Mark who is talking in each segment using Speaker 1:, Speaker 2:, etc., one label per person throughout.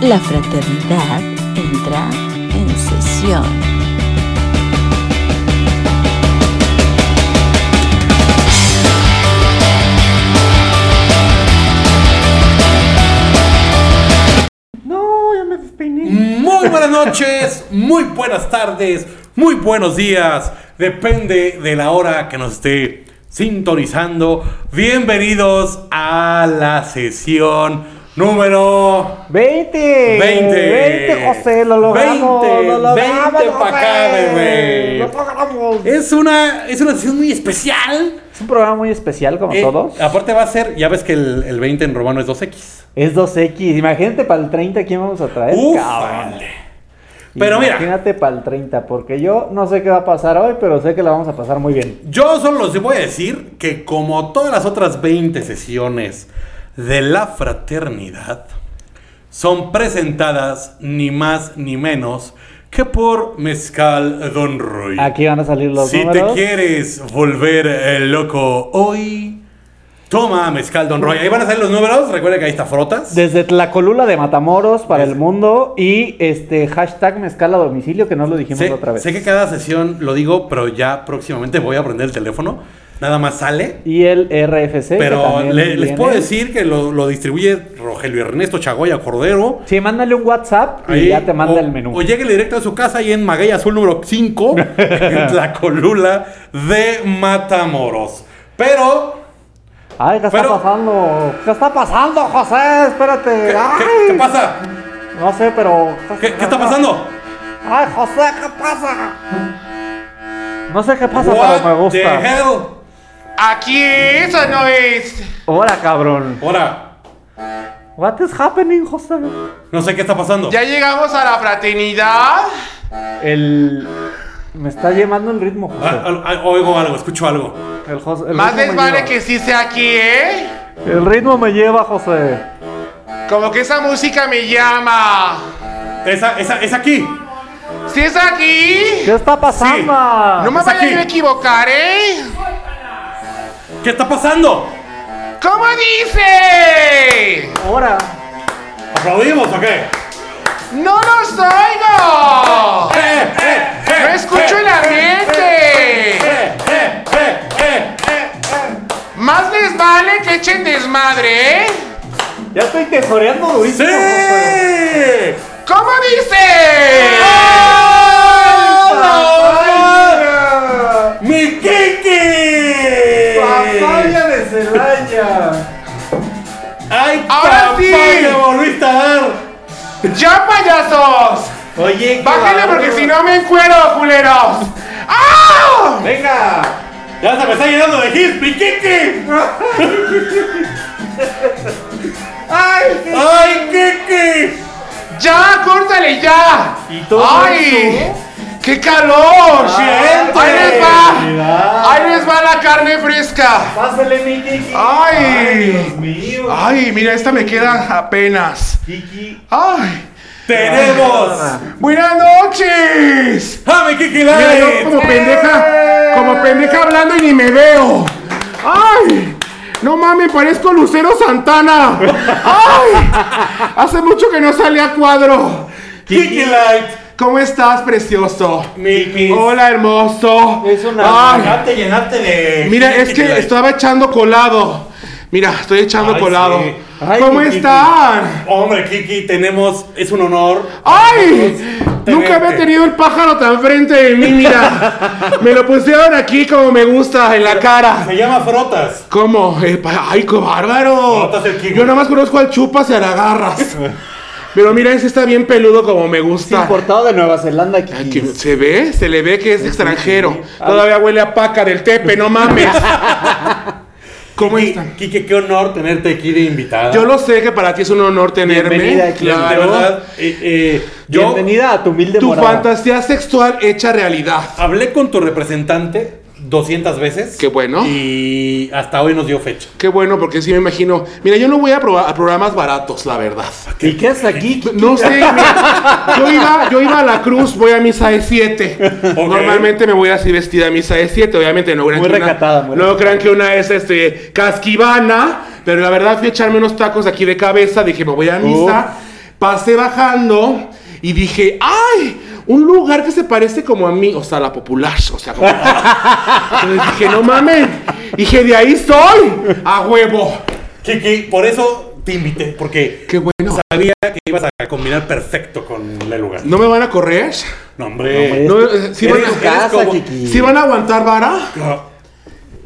Speaker 1: La fraternidad entra en sesión.
Speaker 2: No, ya me despeiné.
Speaker 3: Muy buenas noches, muy buenas tardes, muy buenos días. Depende de la hora que nos esté sintonizando. Bienvenidos a la sesión número
Speaker 2: 20.
Speaker 3: 20.
Speaker 2: 20, José, lo logramos.
Speaker 3: 20,
Speaker 2: lo logramos,
Speaker 3: 20 pa' acá,
Speaker 2: José.
Speaker 3: bebé.
Speaker 2: Lo logramos.
Speaker 3: Es una, es una sesión muy especial.
Speaker 2: Es un programa muy especial, como
Speaker 3: Eh,
Speaker 2: todos.
Speaker 3: Aparte va a ser, ya ves que el, el 20 en romano es 2X.
Speaker 2: Es 2X. Imagínate para el 30 quién vamos a traer.
Speaker 3: Uf,
Speaker 2: Eh, cabrón.
Speaker 3: vale. Pero mira,
Speaker 2: Imagínate para el 30, porque yo no sé qué va a pasar hoy, pero sé que la vamos a pasar muy bien.
Speaker 3: yo solo les voy a decir que como todas las otras 20 sesiones de la fraternidad, son presentadas ni más ni menos que por Mezcal Don Roy.
Speaker 2: Aquí van a salir los
Speaker 3: si
Speaker 2: números.
Speaker 3: te quieres volver eh, loco hoy, toma Mezcal Don Roy. Ahí van a salir los números, recuerda que ahí está Frotas.
Speaker 2: Desde Tlacolula de Matamoros para el
Speaker 3: Desde-
Speaker 2: mundo y este hashtag mezcal a domicilio que no lo dijimos
Speaker 3: Sé,
Speaker 2: otra vez.
Speaker 3: sé que cada sesión lo digo, pero ya próximamente voy a prender el teléfono. Nada más sale.
Speaker 2: Y el RFC. que
Speaker 3: Pero
Speaker 2: también
Speaker 3: le- les
Speaker 2: viene.
Speaker 3: puedo decir que lo, lo distribuye Rogelio Ernesto Chagoya Cordero.
Speaker 2: Sí, mándale un WhatsApp y
Speaker 3: Ahí,
Speaker 2: ya te manda
Speaker 3: o-
Speaker 2: el menú.
Speaker 3: O llegue directo a su casa ahí en Maguey Azul número 5, en la colula de Matamoros. Pero,
Speaker 2: Ay, ¿qué está
Speaker 3: pero-
Speaker 2: pasando? ¿Qué está pasando, José? Espérate.
Speaker 3: ¿qué, qué-
Speaker 2: Ay.
Speaker 3: qué pasa?
Speaker 2: No sé, pero.
Speaker 3: ¿Qué, qué está pasando?
Speaker 2: Ay, José, ¿qué pasa? No sé qué pasa,
Speaker 3: What
Speaker 2: pero me
Speaker 3: the
Speaker 2: gusta.
Speaker 3: hell?
Speaker 4: Aquí eso no es.
Speaker 2: Hola, cabrón.
Speaker 3: Ahora,
Speaker 2: What is happening, José?
Speaker 3: no sé qué está pasando.
Speaker 4: Ya llegamos a la fraternidad.
Speaker 2: El. Me está llevando el ritmo, José.
Speaker 3: Ah, al- al- oigo algo, escucho algo.
Speaker 2: El Jos- el
Speaker 4: Más
Speaker 2: ritmo
Speaker 4: les
Speaker 2: me
Speaker 4: vale
Speaker 2: lleva.
Speaker 4: que sí sea aquí, ¿eh?
Speaker 2: El ritmo me lleva, José.
Speaker 4: Como que esa música me llama.
Speaker 3: Esa, esa, es aquí.
Speaker 4: Si es aquí,
Speaker 2: ¿Qué está pasando?
Speaker 4: no me
Speaker 3: es
Speaker 4: vaya
Speaker 3: aquí.
Speaker 4: yo a equivocar, ¿eh?
Speaker 3: ¿Qué está pasando?
Speaker 4: ¿Cómo dice?
Speaker 2: Ahora.
Speaker 3: ¿Aplaudimos o qué?
Speaker 4: ¡No los oigo!
Speaker 3: ¡Eh, eh, eh,
Speaker 4: ¡No escucho
Speaker 3: eh,
Speaker 4: el
Speaker 3: eh,
Speaker 4: ambiente!
Speaker 3: eh, eh, eh, eh!
Speaker 4: Más les vale que echen desmadre, ¿eh?
Speaker 2: Ya estoy tesoreando
Speaker 3: ¡Sí!
Speaker 2: durísimo. José.
Speaker 4: ¿Cómo dice?
Speaker 2: ¡Papaya!
Speaker 3: ¡Mi Kiki!
Speaker 2: ¡Papaya de Celaya!
Speaker 3: ¡Ay,
Speaker 4: Ahora
Speaker 3: papaya,
Speaker 4: sí.
Speaker 3: volviste a dar!
Speaker 4: ¡Ya, payasos!
Speaker 2: Oye,
Speaker 4: Bájale porque si no me encuero, culeros. ¡Ah!
Speaker 2: ¡Venga!
Speaker 3: ¡Ya se me está llenando de hits, mi Kiki!
Speaker 2: ¡Ay! qué-
Speaker 3: ¡Ay, Kiki!
Speaker 4: ¡Ya, córtale ya!
Speaker 2: ¿Y todo Ah,
Speaker 4: ¡Ay! ¡Qué calor!
Speaker 3: Siente.
Speaker 4: ¡Ahí les
Speaker 2: Mira.
Speaker 4: va! ¡Ahí les va la carne fresca!
Speaker 2: ¡Pásale, mi Kiki!
Speaker 4: Ay.
Speaker 2: Dios mío!
Speaker 5: Ah.
Speaker 4: ¡Ay, mira, esta me queda apenas!
Speaker 2: Kiki.
Speaker 4: ¡Ay!
Speaker 3: ¡Tenemos
Speaker 4: ¡Buenas noches!
Speaker 3: a mi Kiki
Speaker 4: Mira, yo
Speaker 3: Light!
Speaker 4: como pendeja, como pendeja hablando y ni me veo. ¡Ay! No mames, parezco Lucero Santana. ¡Ay! Hace mucho que no sale a cuadro.
Speaker 3: ¡Kiki Light!
Speaker 4: ¿Cómo estás, precioso?
Speaker 3: ¡Mi Kiki!
Speaker 4: Hola, hermoso.
Speaker 2: Es una.
Speaker 4: Ay,
Speaker 3: Llenarte, llenarte de.
Speaker 4: mira, es
Speaker 3: Kiki
Speaker 4: que
Speaker 3: Light.
Speaker 4: estaba echando colado. Mira, estoy echando
Speaker 3: Ay,
Speaker 4: colado.
Speaker 3: sí.
Speaker 2: Ay,
Speaker 4: ¿Cómo
Speaker 2: Kiki.
Speaker 4: están?
Speaker 3: Hombre, Kiki, tenemos. Es un honor.
Speaker 4: ¡Ay!
Speaker 3: Tenente.
Speaker 4: Nunca había tenido el pájaro tan frente de mí, mira. Me lo pusieron aquí como me gusta, en la cara.
Speaker 3: Se llama Frotas.
Speaker 4: ¿Cómo? El pa- ¡Ay, qué
Speaker 3: No,
Speaker 4: bárbaro!
Speaker 3: estás el kiwi.
Speaker 4: Yo nada más conozco al chupas y a la garras. Pero mira, ese está bien peludo como me gusta.
Speaker 2: Importado de Nueva Zelanda,
Speaker 4: Ay,
Speaker 2: Kiki.
Speaker 4: que se ve, se le ve que es extranjero. Todavía huele a paca del tepe, no mames. ¿Cómo
Speaker 3: Kiki,
Speaker 4: están?
Speaker 3: Kiki, qué honor tenerte aquí de invitada.
Speaker 4: Yo lo sé que para ti es un honor tenerme.
Speaker 2: Bienvenida, Kiki.
Speaker 3: De
Speaker 4: claro.
Speaker 3: verdad, eh, eh, yo
Speaker 2: Bienvenida a tu humilde
Speaker 4: Tu
Speaker 2: morada.
Speaker 4: fantasía sexual hecha realidad.
Speaker 3: hablé con tu representante 200 veces.
Speaker 4: Qué bueno.
Speaker 3: Y hasta hoy nos dio fecha.
Speaker 4: Qué bueno, porque sí me imagino. Mira, yo no voy a, proba- a programas baratos, la verdad.
Speaker 2: ¿Y qué es aquí?
Speaker 4: No sé, mira, yo iba, yo iba a la cruz, voy a misa de 7.
Speaker 3: Ok.
Speaker 4: Normalmente me voy así vestida a misa de 7, obviamente no crean
Speaker 2: Muy
Speaker 4: que
Speaker 2: recatada,
Speaker 4: una,
Speaker 2: muy
Speaker 4: no
Speaker 2: recatada.
Speaker 4: crean que una es este casquivana, pero la verdad fui a echarme unos tacos aquí de cabeza, dije, me voy a misa. pasé bajando y dije, ¡ay! Un lugar que se parece como a mí, o sea, la popular, o sea, como... Entonces dije, no mames, dije, de ahí soy, a huevo.
Speaker 3: Kiki, por eso te invité, porque
Speaker 4: Qué bueno.
Speaker 3: sabía que ibas a combinar perfecto con el lugar.
Speaker 4: ¿No me van a correr?
Speaker 3: No, hombre.
Speaker 5: hombre.
Speaker 4: No, eh, sí, van
Speaker 3: Eres-
Speaker 5: tu
Speaker 4: a,
Speaker 5: casa,
Speaker 3: como-
Speaker 5: Kiki.
Speaker 4: sí van a aguantar vara?
Speaker 3: No. Ah,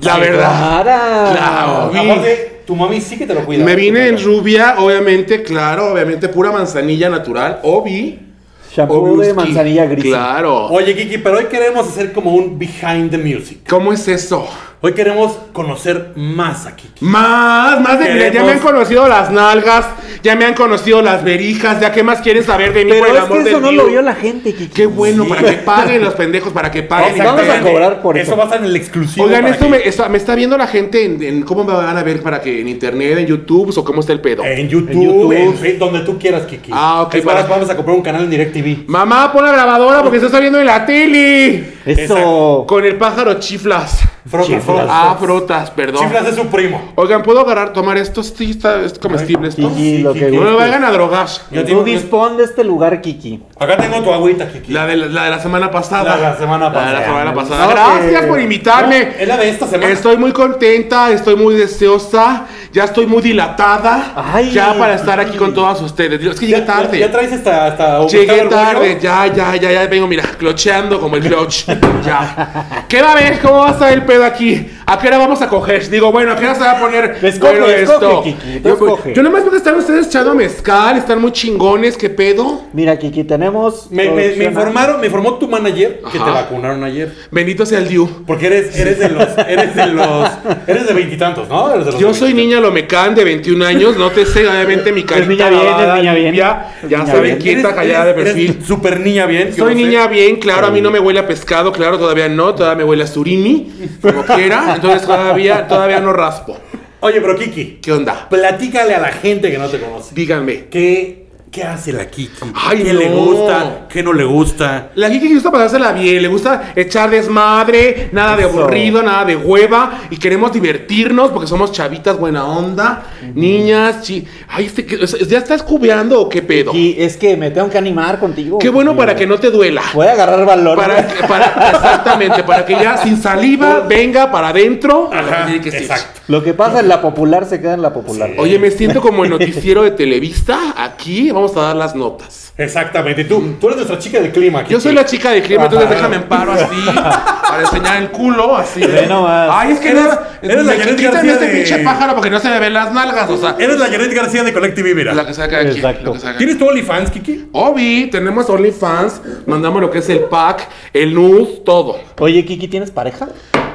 Speaker 4: La verdad.
Speaker 5: Para.
Speaker 4: Claro. vi.
Speaker 3: Aparte, tu mami sí que te lo cuida.
Speaker 4: Ah,
Speaker 3: ¿eh?
Speaker 4: Me vine en rubia, obviamente, claro, obviamente pura manzanilla natural, obi.
Speaker 5: Shampoo de
Speaker 4: Obviuski.
Speaker 5: manzanilla gris.
Speaker 4: Claro.
Speaker 3: Oye, Kiki, pero hoy queremos hacer como un behind the music.
Speaker 4: ¿Cómo es eso?
Speaker 3: Hoy queremos conocer más a Kiki.
Speaker 4: Más, más de mira, ya
Speaker 3: Queremos-
Speaker 4: me han conocido las nalgas, ya me han conocido las verijas, ya qué más quieren saber de mí
Speaker 5: Pero
Speaker 4: por el
Speaker 5: es
Speaker 4: amor
Speaker 5: que eso
Speaker 4: del
Speaker 5: no
Speaker 4: Dios?
Speaker 5: lo vio la gente, Kiki.
Speaker 4: Qué bueno,
Speaker 3: Sí.
Speaker 4: para que paguen los pendejos, para que paguen.
Speaker 5: Vamos a
Speaker 4: Exactamente.
Speaker 5: cobrar por
Speaker 3: Ah, eso.
Speaker 5: eso.
Speaker 3: va a estar en el exclusivo.
Speaker 4: Oigan,
Speaker 3: para
Speaker 4: esto
Speaker 3: que-
Speaker 4: me, esto- me está viendo la gente en, en- cómo me van a ver para que en internet, en YouTube, o cómo está el pedo.
Speaker 3: En YouTube, en,
Speaker 4: En YouTube.
Speaker 3: Face, donde tú quieras, Kiki.
Speaker 4: Ah, ok,
Speaker 3: Es más,
Speaker 4: para-
Speaker 3: vamos a comprar un canal en DirecTV.
Speaker 4: Mamá, pon la grabadora porque se está viendo en la tele.
Speaker 5: Eso.
Speaker 4: Con el pájaro chiflas.
Speaker 3: Frota,
Speaker 5: Chiflas.
Speaker 3: frota.
Speaker 4: Ah, frotas, perdón.
Speaker 3: Chiflas es su primo.
Speaker 4: Oigan, ¿puedo agarrar, tomar esto? Sí, está, es comestible esto.
Speaker 5: Kiki, lo que
Speaker 4: No me
Speaker 5: guste.
Speaker 4: vayan a drogar.
Speaker 3: Yo
Speaker 5: Tú
Speaker 3: tengo-
Speaker 5: dispón de este lugar, Kiki.
Speaker 3: acá tengo tu agüita, Kiki.
Speaker 4: La de la, la de la semana pasada.
Speaker 3: La de la semana
Speaker 4: La de la
Speaker 3: pasada.
Speaker 4: semana pasada.
Speaker 5: No,
Speaker 4: Gracias
Speaker 5: que-
Speaker 4: por invitarme.
Speaker 3: No, es la de esta semana.
Speaker 4: Estoy muy contenta, estoy muy deseosa, ya estoy muy dilatada.
Speaker 5: Ay.
Speaker 4: ya para estar aquí con todas ustedes. Es que llegué tarde.
Speaker 3: Ya, ya traes hasta. hasta
Speaker 4: Llegué
Speaker 3: hasta el
Speaker 4: tarde,
Speaker 3: orgullo.
Speaker 4: ya, ya, ya, ya vengo, mira, clocheando como el clutch. ya. ¿Qué va a ver? ¿Cómo va a estar el pedo aquí? ¿A qué hora vamos a coger? Digo, bueno, ¿a qué hora se va a poner
Speaker 5: Escoge,
Speaker 4: bueno,
Speaker 5: escoge, Kiki, tú
Speaker 4: yo, pues,
Speaker 5: escoge.
Speaker 4: yo nomás veo que están ustedes echando mezcal, están muy chingones, ¿qué pedo?
Speaker 5: Mira, Kiki, tenemos.
Speaker 3: Me, me- me
Speaker 5: producción-
Speaker 3: informaron, me informó tu manager que te
Speaker 4: Ajá.
Speaker 3: vacunaron ayer.
Speaker 4: Bendito sea el Diu.
Speaker 3: Porque eres, eres de los. Eres de los. Eres de veintitantos, ¿no? Eres de los
Speaker 4: Yo
Speaker 3: de
Speaker 4: soy
Speaker 3: veintitantos.
Speaker 4: niña Lomecán de 21 años, no te sé, obviamente mi carita
Speaker 5: Pues niña bien, es
Speaker 4: lavada,
Speaker 5: niña bien.
Speaker 4: limpia,
Speaker 5: Es
Speaker 4: Ya
Speaker 5: niña
Speaker 4: saben,
Speaker 5: bien.
Speaker 4: quieta,
Speaker 3: Eres-
Speaker 4: callada de
Speaker 3: eres- eres
Speaker 4: perfil.
Speaker 3: Super niña bien. yo
Speaker 4: Soy
Speaker 3: no sé.
Speaker 4: niña bien, claro, a mí no me huele a pescado, claro, todavía no, todavía me huele a surimi, como quiera, entonces todavía, todavía no raspo.
Speaker 3: Oye, pero Kiki,
Speaker 4: ¿Qué onda?
Speaker 3: platícale a la gente que no te conoce.
Speaker 4: Díganme.
Speaker 3: ¿Qué, qué hace la Kiki?
Speaker 4: Ay,
Speaker 3: ¿Qué
Speaker 4: no.
Speaker 3: le gusta? ¿Qué no le gusta?
Speaker 4: La Kiki le gusta pasársela bien, le gusta echar desmadre, nada de
Speaker 5: Eso.
Speaker 4: aburrido, nada de hueva, y queremos divertirnos porque somos chavitas buena onda, niñas, chi... Ay, este, que- ¿ya estás cubeando o qué pedo?
Speaker 5: Kiki, es que me tengo que animar contigo.
Speaker 4: Qué bueno
Speaker 5: Kiki.
Speaker 4: para que no te duela.
Speaker 5: Voy a agarrar valor.
Speaker 4: Para, que- para- exactamente, para que ya sin saliva venga para adentro.
Speaker 3: Ajá,
Speaker 4: Tiene que ser.
Speaker 3: exacto.
Speaker 5: Lo que pasa en la popular se queda en la popular.
Speaker 4: Oye, me siento como el noticiero de Televista. Aquí vamos a dar las notas.
Speaker 3: Exactamente. Tú, tú eres nuestra chica del clima.
Speaker 4: Yo
Speaker 3: Kiki.
Speaker 4: soy la chica de clima, entonces
Speaker 5: Ajá.
Speaker 4: déjame en paro así. Para enseñar el culo, así. ¿eh?
Speaker 5: Ve nomás.
Speaker 4: Ay, es que
Speaker 3: Eres-
Speaker 4: nada-
Speaker 3: eres la
Speaker 4: me
Speaker 3: Janet
Speaker 4: quitan
Speaker 3: García
Speaker 4: este
Speaker 3: de-
Speaker 4: pinche pájaro porque no se me ven las nalgas. O sea,
Speaker 3: Eres la Janet García de Collective mira.
Speaker 4: la que saca aquí.
Speaker 5: Exacto.
Speaker 4: la que saca aquí.
Speaker 3: ¿Tienes tu OnlyFans, Kiki?
Speaker 4: Obi, tenemos OnlyFans, mandamos lo que es el pack, el nude, todo.
Speaker 5: Oye, Kiki, ¿tienes pareja?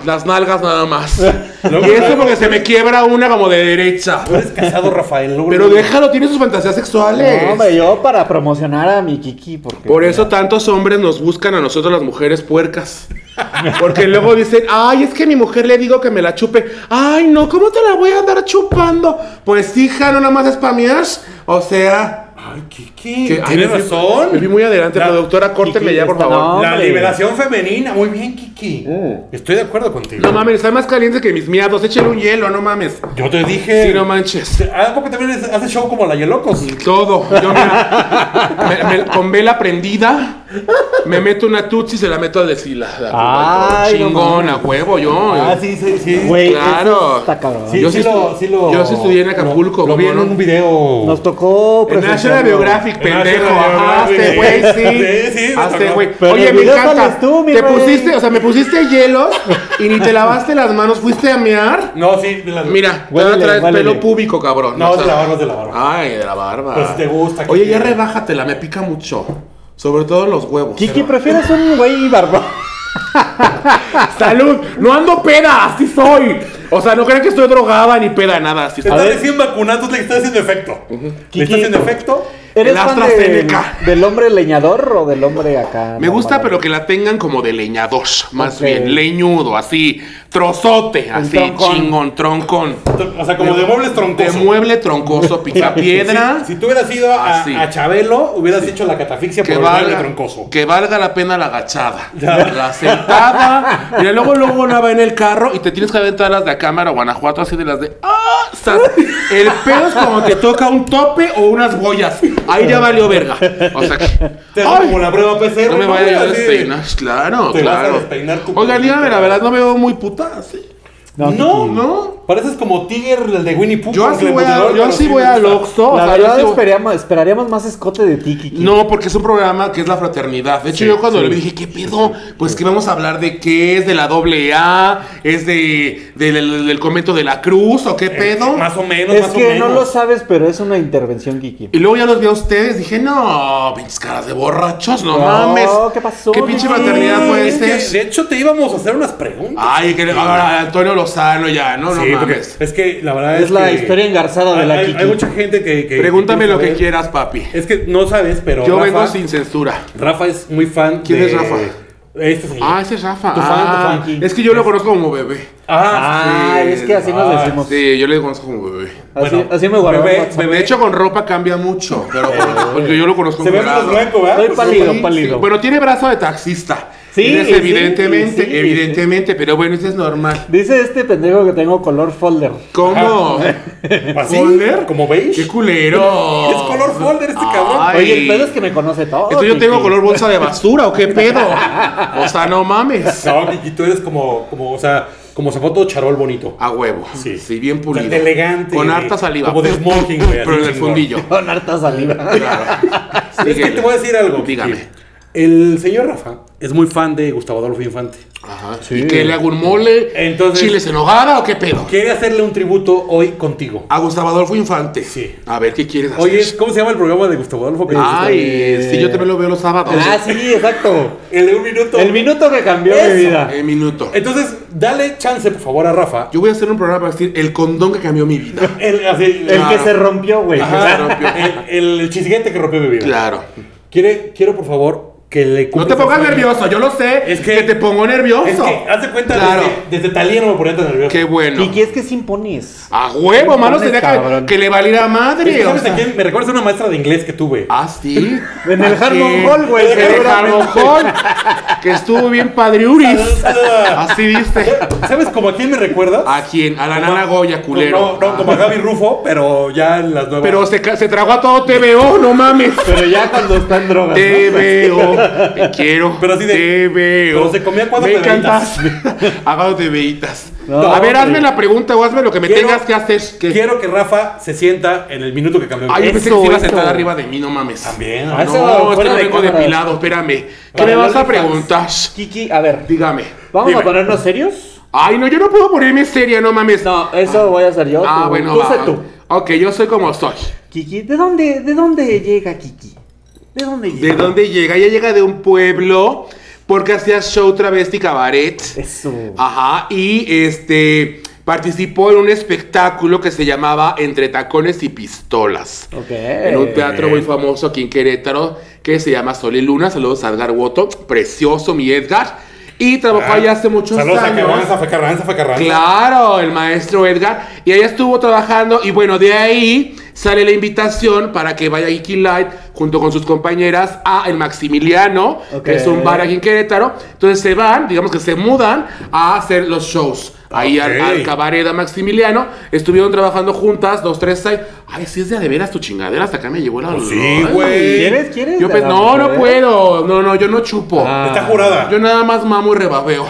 Speaker 4: Las nalgas nada más.
Speaker 3: Luego-
Speaker 4: y eso porque se me quiebra una como de derecha.
Speaker 3: Tú eres casado, Rafael. luego-
Speaker 4: Pero déjalo, tiene sus fantasías
Speaker 5: No,
Speaker 4: sexuales.
Speaker 5: hombre, yo para promocionar a mi Kiki, porque.
Speaker 4: Por eso tantos hombres nos buscan a nosotros las mujeres puercas. Porque luego dicen, ay, es que mi mujer le digo que me la chupe. Ay, no, ¿cómo te la voy a andar chupando? Pues hija, no nada más es pa' mí, ash. O sea,
Speaker 3: Ay, Kiki.
Speaker 4: que- ay,
Speaker 3: Tienes
Speaker 4: me fui-
Speaker 3: razón.
Speaker 4: Me vi muy adelante,
Speaker 3: La-
Speaker 4: productora, córtenle
Speaker 5: Kiki,
Speaker 4: ya, por
Speaker 5: esta
Speaker 4: favor.
Speaker 5: no.
Speaker 3: La
Speaker 5: Hombre.
Speaker 3: liberación femenina. Muy bien, Kiki.
Speaker 5: Mm.
Speaker 3: Estoy de acuerdo contigo.
Speaker 4: No mames, está más caliente que mis miados. Échale un hielo, no mames.
Speaker 3: Yo te dije.
Speaker 4: Sí, no manches.
Speaker 3: ¿A poco también es- haces show como la Yelocos?
Speaker 4: Todo. Yo mira, me- me- con vela prendida, me meto una tutsi y se la meto al desfiladero.
Speaker 5: Ay, no
Speaker 4: Chingón, a
Speaker 5: mames.
Speaker 4: huevo, yo.
Speaker 3: Ah, sí, sí, sí.
Speaker 5: Güey,
Speaker 4: Claro.
Speaker 5: eso está cabrón.
Speaker 3: Sí,
Speaker 4: Yo
Speaker 3: sí
Speaker 4: sí
Speaker 3: lo,
Speaker 4: estu-
Speaker 3: sí lo-
Speaker 4: yo sí estudié en Acapulco,
Speaker 3: Lo, lo vi en
Speaker 4: ¿cómo no?
Speaker 3: un video.
Speaker 5: Nos tocó.
Speaker 4: En National
Speaker 5: presentarlo.
Speaker 4: Biographic,
Speaker 3: En National
Speaker 4: pendejo. Ajá,
Speaker 3: Geographic.
Speaker 4: este güey,
Speaker 3: Sí,
Speaker 4: sí.
Speaker 3: sí, me
Speaker 4: Hazte,
Speaker 3: tocó.
Speaker 4: güey.
Speaker 5: Pero
Speaker 4: Oye,
Speaker 5: en
Speaker 4: me
Speaker 5: video
Speaker 4: encanta.
Speaker 5: sales tú, mi
Speaker 4: te
Speaker 5: rey.
Speaker 4: pusiste, o sea, me pusiste hielos y ni te lavaste las manos, fuiste a mear.
Speaker 3: No, sí. de la-
Speaker 4: Mira, Ah. te
Speaker 5: Huélele,
Speaker 4: traes
Speaker 5: huélele.
Speaker 4: pelo púbico, cabrón.
Speaker 3: No,
Speaker 4: O
Speaker 3: es de
Speaker 4: sea,
Speaker 3: la barba, es de la barba.
Speaker 4: Ay, de la barba.
Speaker 3: Pues te gusta,
Speaker 4: Oye,
Speaker 3: Kiki.
Speaker 4: ya rebájatela, me pica mucho. Sobre todo los huevos.
Speaker 5: Kiki, ¿prefieres un güey barbón?
Speaker 4: Salud, no ando peda, así soy. O sea, no crean que estoy drogada ni peda, nada, así
Speaker 3: Te
Speaker 4: soy.
Speaker 3: está recién vacunando, le está haciendo efecto. Le está
Speaker 5: Kiki.
Speaker 3: haciendo efecto.
Speaker 5: ¿Eres
Speaker 4: El
Speaker 5: fan de-
Speaker 4: AstraZeneca.
Speaker 5: del hombre leñador o del hombre acá?
Speaker 4: Me gusta,
Speaker 5: normal?
Speaker 4: pero que la tengan como de leñador, más
Speaker 5: Ok.
Speaker 4: bien, leñudo, así, trozote, así,
Speaker 5: troncón.
Speaker 4: chingón, troncón.
Speaker 3: O sea, como de muebles
Speaker 4: De
Speaker 3: troncosos.
Speaker 4: mueble troncoso, pica piedra.
Speaker 3: Si tú hubieras ido a,
Speaker 4: Así.
Speaker 3: a Chabelo, hubieras hecho la catafixia
Speaker 4: Ah, Que
Speaker 3: por el mueble
Speaker 4: valga,
Speaker 3: troncoso.
Speaker 4: que valga la pena la agachada. La sentada. Mira, luego luego una va en el carro y te tienes que aventar las de a cámara Guanajuato, así de las de. ¡Ah! Sas. El pedo es como que toca un tope o unas boyas. Ahí ya valió verga. O sea que.
Speaker 3: Te-
Speaker 4: ¡Ay!
Speaker 3: como la prueba PCR,
Speaker 4: No me vaya yo a
Speaker 3: Así de-
Speaker 4: despeinar. Claro,
Speaker 3: Te vas a
Speaker 4: claro.
Speaker 3: despeinar tu
Speaker 4: Oiga,
Speaker 3: pelito.
Speaker 4: dígame, la verdad no me veo muy puta. ¿sí?
Speaker 3: No, no.
Speaker 4: No.
Speaker 3: Pareces como Tiger, el de Winnie Pooh.
Speaker 4: Yo
Speaker 3: con
Speaker 4: así voy, a,
Speaker 3: Clemudrol,
Speaker 4: yo
Speaker 3: pero
Speaker 4: así
Speaker 3: sin
Speaker 4: voy
Speaker 3: gusta.
Speaker 4: al Oxxo. o
Speaker 2: La
Speaker 4: sea, yo
Speaker 2: verdad
Speaker 4: así voy-
Speaker 2: esperaríamos, esperaríamos más escote de ti, Kiki.
Speaker 4: No, porque es un programa que es la fraternidad. De hecho, yo cuando
Speaker 2: sí.
Speaker 4: le dije, ¿qué pedo? Pues que vamos a hablar de qué es, de la doble A, es de, de- del, del convento de la cruz, o qué pedo.
Speaker 3: Eh, Más o menos,
Speaker 2: es
Speaker 3: más o
Speaker 2: que no
Speaker 3: menos.
Speaker 2: lo sabes, pero es una intervención, Kiki.
Speaker 4: Y luego ya los vi a ustedes, dije, no, pinches caras de borrachos, no,
Speaker 2: No,
Speaker 4: mames.
Speaker 2: ¿qué pasó,
Speaker 4: ¿Qué pinche
Speaker 2: Miguel?
Speaker 4: fraternidad fue
Speaker 3: Es que,
Speaker 4: este?
Speaker 3: de hecho, te íbamos a hacer unas preguntas.
Speaker 4: Ay, que ahora Antonio Lozano ya, Ah, no,
Speaker 3: sí,
Speaker 4: no
Speaker 3: porque
Speaker 4: mames.
Speaker 3: es que la verdad es,
Speaker 2: Es la
Speaker 3: que
Speaker 2: historia engarzada de
Speaker 3: hay-
Speaker 2: la
Speaker 3: hay,
Speaker 2: Kiki.
Speaker 3: hay mucha gente que. que-
Speaker 4: Pregúntame
Speaker 3: que
Speaker 4: lo que
Speaker 3: saber.
Speaker 4: quieras, papi.
Speaker 3: Es que no sabes, Eh, pero.
Speaker 4: Yo
Speaker 3: Rafa-
Speaker 4: vengo sin censura.
Speaker 3: Rafa es muy fan.
Speaker 4: ¿Quién
Speaker 3: de-
Speaker 4: es Rafa?
Speaker 3: Este señor.
Speaker 4: Ah, ese es Rafa.
Speaker 3: Tu fan, tu
Speaker 4: Ah,
Speaker 3: fan, King.
Speaker 4: es que yo lo conozco como bebé.
Speaker 2: Ah,
Speaker 4: sí,
Speaker 2: es que así nos
Speaker 3: ah,
Speaker 2: decimos.
Speaker 4: Sí, yo le conozco como bebé.
Speaker 2: Así,
Speaker 3: Bueno,
Speaker 2: así me guardó.
Speaker 3: bebé,
Speaker 2: en WhatsApp.
Speaker 3: bebé.
Speaker 4: De hecho, con ropa cambia mucho, pero porque yo lo conozco
Speaker 3: Se ve
Speaker 4: como
Speaker 3: menos
Speaker 4: dorado.
Speaker 3: hueco, ¿verdad? Pues,
Speaker 2: Estoy pálido,
Speaker 4: Sí,
Speaker 2: pálido.
Speaker 4: sí. Bueno, tiene brazo de taxista.
Speaker 2: Sí,
Speaker 4: Eres
Speaker 2: sí,
Speaker 4: evidentemente,
Speaker 2: sí, sí.
Speaker 4: evidentemente, pero bueno, eso es normal.
Speaker 2: Dice este pendejo que tengo color folder.
Speaker 4: ¿Cómo?
Speaker 3: ¿Así?
Speaker 4: ¿Folder?
Speaker 3: ¿Como beige?
Speaker 4: ¡Qué culero!
Speaker 3: Es color folder este cabrón.
Speaker 4: Ay.
Speaker 2: Oye, el pedo es que me conoce todo.
Speaker 4: Entonces yo tengo
Speaker 2: Kiki.
Speaker 4: color bolsa de basura, ¿o qué pedo? O sea, no mames.
Speaker 3: No, Kiki, tú eres como, como, o sea, como zapato charol bonito.
Speaker 4: A huevo.
Speaker 3: Sí.
Speaker 4: Sí. bien pulido.
Speaker 3: O sea, elegante,
Speaker 4: Con
Speaker 3: güey.
Speaker 4: harta saliva.
Speaker 3: Como de smoking, güey, así
Speaker 4: Pero en el
Speaker 3: chingón.
Speaker 4: fundillo.
Speaker 2: Con harta saliva.
Speaker 4: Claro.
Speaker 3: Es que te voy a decir algo. Kiki.
Speaker 4: Dígame.
Speaker 3: El señor Rafa es muy fan de Gustavo Adolfo Infante.
Speaker 4: Ajá. ¿Y qué le hago un mole?
Speaker 3: Entonces-
Speaker 4: ¿Chiles en hogada o qué pedo?
Speaker 3: Quiere hacerle un tributo hoy contigo.
Speaker 4: A Gustavo Adolfo Infante.
Speaker 3: Sí.
Speaker 4: A ver, ¿qué quieres hacer?
Speaker 3: Oye, ¿cómo se llama el programa de Gustavo Adolfo? que
Speaker 4: Ay,
Speaker 2: este-
Speaker 4: sí, yo también lo veo los sábados.
Speaker 2: Ah, sí, exacto.
Speaker 3: hiciste? El de un minuto.
Speaker 2: El minuto que cambió
Speaker 3: Eso.
Speaker 2: mi vida.
Speaker 4: Eh, minuto.
Speaker 3: Entonces, dale chance, por favor, a Rafa.
Speaker 4: Yo voy a hacer un programa para decir el condón que cambió mi vida.
Speaker 3: El, así-
Speaker 2: El que
Speaker 4: Claro.
Speaker 2: se rompió, güey.
Speaker 4: Ajá.
Speaker 3: Ajá,
Speaker 4: se rompió.
Speaker 3: el, el chisguete Ah. que rompió mi vida.
Speaker 4: Claro.
Speaker 3: Quiere, quiero, por favor, que le
Speaker 4: No
Speaker 3: cumplas
Speaker 4: te pongas
Speaker 3: esa-
Speaker 4: nervioso, yo lo sé.
Speaker 3: Es
Speaker 4: Es
Speaker 3: que-
Speaker 4: que, te pongo nervioso.
Speaker 3: Es que, haz de cuenta,
Speaker 4: Claro.
Speaker 3: desde, desde Talía no me ponía tan nervioso.
Speaker 4: Qué bueno.
Speaker 2: Kiki, es que sí impones.
Speaker 4: A huevo, malo
Speaker 2: Pones
Speaker 4: sería
Speaker 2: cabrón.
Speaker 4: que, que le valiera
Speaker 3: Es que,
Speaker 4: madre. o
Speaker 3: ¿sabes a
Speaker 4: sea.
Speaker 3: quién? Me recuerdas a una maestra de inglés que tuve.
Speaker 4: Ah, sí.
Speaker 2: En el
Speaker 4: ¿A
Speaker 2: Harmon
Speaker 4: quién?
Speaker 2: Hall, güey.
Speaker 4: En el
Speaker 2: seguramente.
Speaker 4: Harmon Hall. Que estuvo bien padriuris. Así viste.
Speaker 3: ¿Sabes como a quién me recuerdas?
Speaker 4: ¿A quién? A la nana Goya, culero. Ah.
Speaker 3: No, no, como a Gaby Rufo, pero ya en las nuevas.
Speaker 4: Pero se, ca- se tragó a todo TVO, no mames.
Speaker 2: Pero ya cuando están drogas. ¿no?
Speaker 4: Te veo, te quiero,
Speaker 3: Pero así de-
Speaker 4: te veo.
Speaker 3: pero se comía cuatro
Speaker 4: Me
Speaker 3: tebeitas.
Speaker 4: encantas. A cuatro tebeitas.
Speaker 2: No,
Speaker 4: a ver,
Speaker 2: hombre.
Speaker 4: hazme la pregunta o hazme lo que me
Speaker 3: Quiero-
Speaker 4: tengas que hacer. que-
Speaker 3: Quiero que Rafa se sienta en el minuto que cambió.
Speaker 4: Ay, Ah, yo pensé que
Speaker 2: Eso,
Speaker 4: te ibas a
Speaker 2: eso.
Speaker 4: sentar arriba de mí, no mames.
Speaker 3: También.
Speaker 2: Ah, eso
Speaker 4: No, es que
Speaker 2: fuera
Speaker 4: no
Speaker 2: de
Speaker 4: vengo
Speaker 2: cámaras.
Speaker 4: depilado, espérame. ¿Qué
Speaker 2: Para
Speaker 4: me
Speaker 2: el
Speaker 4: vas a
Speaker 2: OnlyFans.
Speaker 4: preguntar?
Speaker 2: Kiki, a ver.
Speaker 4: Dígame.
Speaker 2: ¿Vamos
Speaker 4: dime.
Speaker 2: a ponernos serios?
Speaker 4: Ay, no, yo no puedo ponerme seria, no mames.
Speaker 2: No, eso voy a hacer yo.
Speaker 4: Ah,
Speaker 2: tú-
Speaker 4: bueno,
Speaker 2: tú
Speaker 4: va.
Speaker 2: sé tú.
Speaker 4: Ok, yo soy como soy.
Speaker 2: Kiki, ¿de dónde, ¿de dónde llega Kiki? ¿De dónde llega?
Speaker 4: ¿De dónde llega? Ella llega de un pueblo porque hacía show travesti cabaret.
Speaker 2: Eso.
Speaker 4: Ajá, y este participó en un espectáculo que se llamaba Entre tacones y pistolas.
Speaker 2: Ok.
Speaker 4: En
Speaker 3: Eh,
Speaker 4: un teatro muy famoso aquí en Querétaro que se llama Sol y Luna. Saludos a Edgar Woto, precioso mi Edgar. Y trabajó allá hace muchos
Speaker 3: Ah. Saludos a
Speaker 4: años.
Speaker 3: Carranza, fue Carranza, fue Carranza.
Speaker 4: Claro, el maestro Edgar. Y ella estuvo trabajando y bueno, de ahí sale la invitación para que vaya Iki Light junto con sus compañeras a el Maximiliano,
Speaker 2: Ok.
Speaker 4: que es un bar aquí en Querétaro. Entonces se van, digamos que se mudan a hacer los shows. Ahí al,
Speaker 3: Ok.
Speaker 4: al cabaret a Maximiliano. Estuvieron trabajando juntas, dos, tres, seis. Ay, si es de a de veras tu chingadera, hasta acá me llegó la
Speaker 3: Pues sí,
Speaker 4: Ay,
Speaker 3: güey.
Speaker 2: ¿Quieres? ¿Quieres? Ah, pues,
Speaker 4: Yo
Speaker 2: de
Speaker 4: pe-
Speaker 2: la
Speaker 4: no, no
Speaker 2: mujer?
Speaker 4: puedo. No, no, yo no chupo.
Speaker 2: Ah.
Speaker 3: Está jurada.
Speaker 4: Yo nada más mamo y rebabeo.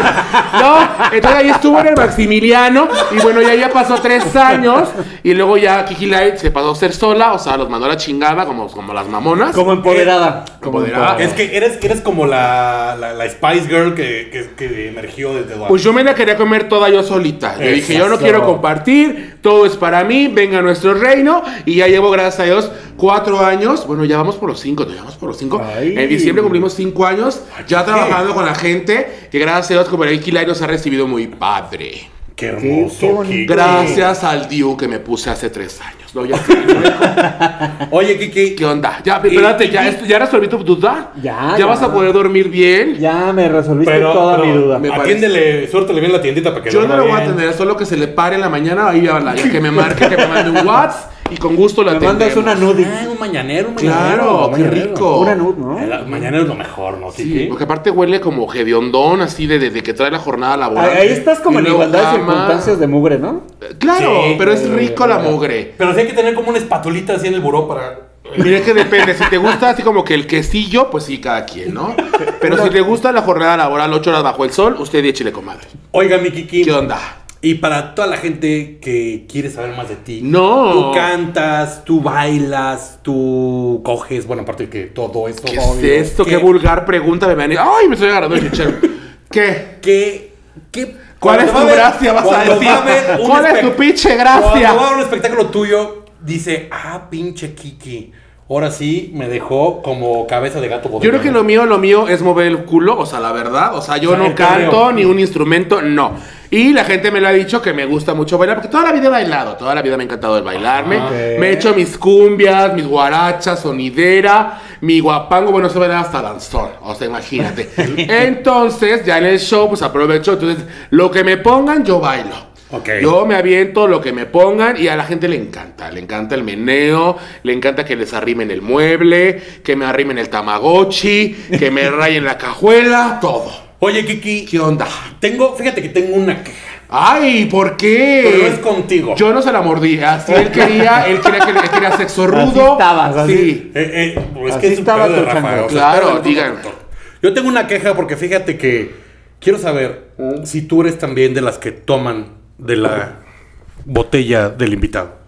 Speaker 4: no, entonces ahí estuvo en el Maximiliano y bueno, ya ya pasó tres años y luego ya Kiki Light se pasó a ser sola, o sea, los mandó a la chingada como, como las mamonas.
Speaker 2: pues, Como empoderada. Como
Speaker 4: Empoderada.
Speaker 3: Es que eres, eres como la, la, la Spice Girl que, que, que emergió desde Duarte.
Speaker 4: Pues yo me la quería comer toda yo solita. Yo dije, yo no
Speaker 2: Exacto.
Speaker 4: quiero compartir, todo es para mí, venga nuestro reino. Y ya llevo, gracias a Dios, cuatro años. Bueno, ya vamos por los cinco, ya vamos por los cinco.
Speaker 2: Ay.
Speaker 4: En diciembre cumplimos cinco años, ya trabajando con la gente, que gracias a Dios, como el Light nos ha recibido muy padre.
Speaker 3: Qué hermoso.
Speaker 2: Qué- qué bonito.
Speaker 3: Kiki.
Speaker 4: Gracias al Diu que me puse hace tres años. ¿no? Ya sé,
Speaker 3: Oye, Kiki.
Speaker 4: ¿Qué onda? Ya, espérate, ¿ya, esto- ya resolví tu duda?
Speaker 2: Ya,
Speaker 4: ¿Ya,
Speaker 2: ya.
Speaker 4: vas a poder dormir bien?
Speaker 2: Ya me resolviste
Speaker 3: Pero,
Speaker 2: toda
Speaker 3: pero,
Speaker 2: mi duda.
Speaker 4: me-
Speaker 3: atiéndele, suéltale bien la tiendita para que
Speaker 4: Yo
Speaker 3: le
Speaker 4: no
Speaker 3: vaya
Speaker 4: lo voy a
Speaker 3: bien.
Speaker 4: atender, solo que se le pare en la mañana, ahí ya, la- ya que me marque, que me mande un WhatsApp y con gusto la
Speaker 2: Me
Speaker 4: atendemos.
Speaker 2: mandas una nudie.
Speaker 3: Ah, un mañanero, un
Speaker 4: Claro,
Speaker 3: mañanero.
Speaker 4: qué
Speaker 3: mañanero.
Speaker 4: rico.
Speaker 2: Una nude, ¿no?
Speaker 3: El mañanero es lo mejor, ¿no,
Speaker 4: Sí,
Speaker 3: Kiki?
Speaker 4: porque aparte huele como hedondón, así de, de- de que trae la jornada laboral.
Speaker 2: Ahí ahí estás como
Speaker 4: Y
Speaker 2: en
Speaker 4: luego
Speaker 2: igualdad de
Speaker 4: cama.
Speaker 2: circunstancias de mugre, ¿no?
Speaker 4: Claro,
Speaker 3: Sí.
Speaker 4: pero es rico la mugre.
Speaker 3: Pero sí hay que tener como una espatulita así en el buró para...
Speaker 4: Mire que depende, si te gusta así como que el quesillo, pues sí, cada quien, ¿no? Pero si te gusta la jornada laboral, ocho horas bajo el sol, usted y chile comadre.
Speaker 3: Oiga, mi Kiki.
Speaker 4: ¿Qué onda?
Speaker 3: Y para toda la gente que quiere saber más de ti.
Speaker 4: No.
Speaker 3: Tú cantas, tú bailas, tú coges. Bueno, aparte de que todo eso.
Speaker 4: ¿Qué es esto? ¿Qué? vulgar pregunta me van a- ¡Ay, me estoy agarrando el chichero! ¿Qué?
Speaker 3: ¿Qué? ¿Qué?
Speaker 4: ¿Cuál
Speaker 3: cuando
Speaker 4: es tu
Speaker 3: va a haber-
Speaker 4: gracia, vas a
Speaker 3: cuando
Speaker 4: decir?
Speaker 3: va a haber un
Speaker 4: ¿Cuál es
Speaker 3: espect-
Speaker 4: tu pinche gracia?
Speaker 3: Cuando va a haber un espectáculo tuyo, dice, ah, pinche Kiki. Ahora sí me dejó como cabeza de gato
Speaker 4: Yo creo que lo mío, lo mío es mover el culo, o sea, la verdad. O sea, yo
Speaker 3: O sea, el
Speaker 4: no canto
Speaker 3: perreo.
Speaker 4: ni un instrumento, no. Y la gente me lo ha dicho que me gusta mucho bailar, porque toda la vida he bailado, toda la vida me ha encantado el
Speaker 3: Ah,
Speaker 4: bailarme. Me he hecho mis cumbias, mis guarachas, sonidera, mi guapango, bueno, se bailar hasta danzón, o sea, imagínate. Entonces, ya en el show, pues aprovecho, entonces, lo que me pongan, yo bailo.
Speaker 3: Ok.
Speaker 4: Yo me aviento lo que me pongan y a la gente le encanta. Le encanta el meneo, le encanta que les arrimen el mueble, que me arrimen el tamagotchi, que me rayen la cajuela, todo.
Speaker 3: Oye, Kiki,
Speaker 4: ¿Qué onda?
Speaker 3: tengo, fíjate que tengo una queja.
Speaker 4: Ay, ¿por qué?
Speaker 3: Pero no es contigo.
Speaker 4: Eh, Yo no se la mordí. Así él quería, él quería que él quería sexo rudo.
Speaker 2: estabas, así.
Speaker 4: Sí.
Speaker 3: Eh, eh, es
Speaker 2: Así
Speaker 3: que es un
Speaker 2: estaba
Speaker 3: pedo de
Speaker 2: tu
Speaker 3: Rafa,
Speaker 2: chango.
Speaker 3: o sea,
Speaker 4: Claro,
Speaker 3: pero-
Speaker 4: digan.
Speaker 3: Yo tengo una queja porque fíjate que quiero saber
Speaker 4: Mm.
Speaker 3: si tú eres también de las que toman de la botella del invitado.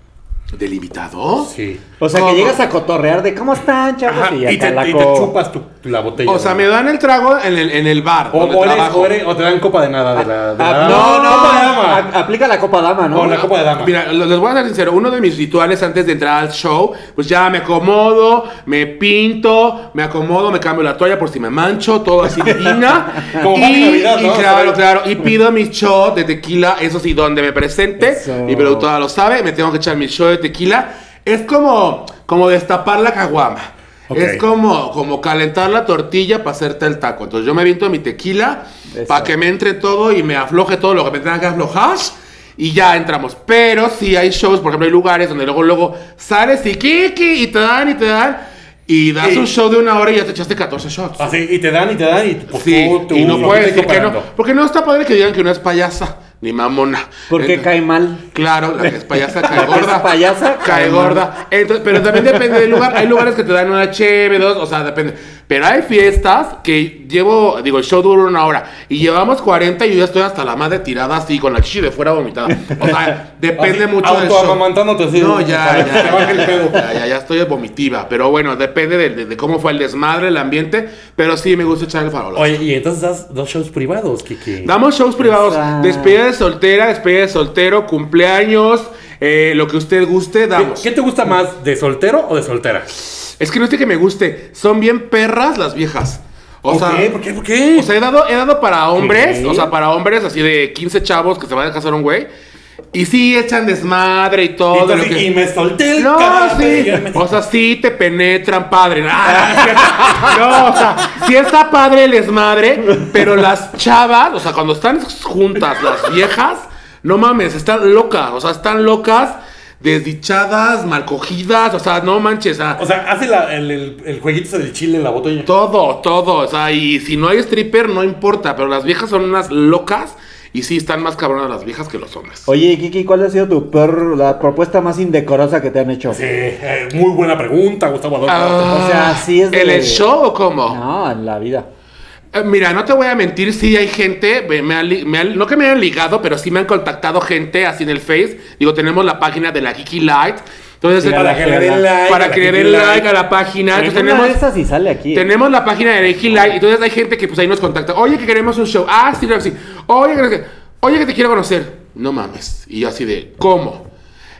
Speaker 4: ¿Del invitado?
Speaker 3: Sí.
Speaker 2: O sea,
Speaker 4: ¿Cómo?
Speaker 2: que llegas a cotorrear de cómo están, chavos,
Speaker 3: Ajá,
Speaker 2: y,
Speaker 3: y,
Speaker 2: acá
Speaker 3: te,
Speaker 2: la
Speaker 3: y te
Speaker 2: co-
Speaker 3: chupas tu, la botella.
Speaker 4: O sea, me dan el trago en el, en el bar.
Speaker 3: O,
Speaker 4: donde
Speaker 3: o eres-
Speaker 4: trabajo.
Speaker 3: o eres- o te dan copa de nada de la. de
Speaker 2: Ah,
Speaker 3: la-
Speaker 2: no, no,
Speaker 3: copa de
Speaker 2: a-
Speaker 3: dama.
Speaker 2: aplica la copa dama, ¿no?
Speaker 3: O la copa de dama.
Speaker 4: Mira, lo- les voy a ser sincero, uno de mis rituales antes de entrar al show, pues ya me acomodo, me pinto, me acomodo, me cambio la toalla por si me mancho, todo así divina.
Speaker 3: Como
Speaker 4: y,
Speaker 3: Juan de Navidad,
Speaker 4: y
Speaker 3: ¿no?
Speaker 4: claro,
Speaker 3: Sabe.
Speaker 4: claro, y pido mi shot de tequila, eso sí, donde me presente,
Speaker 2: Eso.
Speaker 4: mi productora lo sabe, me tengo que echar mi shot de tequila. Es como, como destapar la caguama.
Speaker 3: Ok.
Speaker 4: Es como, como calentar la tortilla para hacerte el taco. Entonces yo me viento mi tequila
Speaker 2: Eso.
Speaker 4: para que me entre todo y me afloje todo lo que me tenga que aflojar y ya entramos. Pero si hay shows, por ejemplo, hay lugares donde luego luego sales y kiki y te dan y te dan y das
Speaker 3: Sí.
Speaker 4: un show de una hora y ya te echaste 14 shots.
Speaker 3: Así, y te dan y te dan y pues,
Speaker 4: Ah, sí,
Speaker 3: tú- tú
Speaker 4: y no
Speaker 3: lo
Speaker 4: puedes
Speaker 3: estás
Speaker 4: decir que no.
Speaker 3: comparando.
Speaker 4: Porque no está padre que digan que una es payasa ni mamona.
Speaker 2: Porque
Speaker 4: Ent-
Speaker 2: cae mal.
Speaker 4: Claro, la que es payasa
Speaker 2: La
Speaker 4: cae
Speaker 2: que es
Speaker 4: gorda.
Speaker 2: payasa,
Speaker 4: cae
Speaker 2: cae
Speaker 4: gorda. Entonces, pero también depende del lugar. Hay lugares que te dan una cheve, dos, o sea, depende. Pero hay fiestas que llevo, digo, el show dura una hora y llevamos 40 y yo ya estoy hasta la madre tirada así, con la chichi de fuera vomitada. O sea, depende
Speaker 3: Así,
Speaker 4: mucho del
Speaker 3: autoamamantándote
Speaker 4: show.
Speaker 3: así,
Speaker 4: No, ya,
Speaker 3: para que
Speaker 4: ya,
Speaker 3: te baje el pedo.
Speaker 4: ya, ya, ya estoy vomitiva. Pero bueno, depende de, de- de cómo fue el desmadre, el ambiente. Pero sí, me gusta echar el farol.
Speaker 3: Oye, y entonces das dos shows privados, Kiki.
Speaker 4: Damos shows privados,
Speaker 2: Esa.
Speaker 4: despedida de soltera, despedida de soltero, cumpleaños, eh, lo que usted guste,
Speaker 3: ¿Qué,
Speaker 4: damos.
Speaker 3: qué te gusta más, de soltero o de soltera?
Speaker 4: Es que no es que me guste, son bien perras las viejas. O
Speaker 3: ¿Por
Speaker 4: sea,
Speaker 3: qué? ¿Por qué? ¿Por qué?
Speaker 4: O sea, he dado, he dado para hombres,
Speaker 3: ¿Qué?
Speaker 4: o sea, para hombres así de 15 chavos que se van a casar un güey. Y sí, echan desmadre y todo.
Speaker 3: Entonces,
Speaker 4: lo que-
Speaker 3: Y me solté el
Speaker 4: No,
Speaker 3: cadáver,
Speaker 4: sí.
Speaker 3: yo me-
Speaker 4: O sea, sí te penetran, padre. Ah, No, o sea, sí está padre el desmadre, pero las chavas, o sea, cuando están juntas las viejas, no mames, están locas. O sea, están locas, desdichadas, mal cogidas, o sea, no manches. o sea,
Speaker 3: O sea, hace la- el, el- el jueguito ese del chile en la botella.
Speaker 4: todo, todo. O sea, y si no hay stripper, no importa, pero las viejas son unas locas y sí están más cabronas las viejas que los hombres.
Speaker 2: Oye, Kiki, ¿cuál ha sido tu peor, la propuesta más indecorosa que te han hecho?
Speaker 3: Sí, eh, muy buena pregunta, Gustavo Adolfo.
Speaker 4: Ah,
Speaker 2: O sea, sí es de-
Speaker 4: ¿En el show o cómo?
Speaker 2: No, en la vida.
Speaker 4: Eh, Mira, no te voy a mentir, sí hay gente, me- me han li- me han- no que me hayan ligado, pero sí me han contactado gente así en el Face. Digo, tenemos la página de la Kiki Light. Entonces,
Speaker 2: Sí,
Speaker 3: para que le den like.
Speaker 4: para
Speaker 3: a la
Speaker 4: que le
Speaker 3: Kiki
Speaker 4: den
Speaker 3: like.
Speaker 4: like a la página.
Speaker 2: Pero
Speaker 4: Entonces,
Speaker 2: una
Speaker 4: tenemos,
Speaker 2: de esas y sale aquí. ¿eh?
Speaker 4: tenemos la página de la Kiki Light. Entonces hay gente que pues ahí nos contacta. Oye, que queremos un show. Ah, sí, claro, que sí. Oye, que, no sé qué. oye, que te quiero conocer. No mames. Y yo así de, ¿cómo?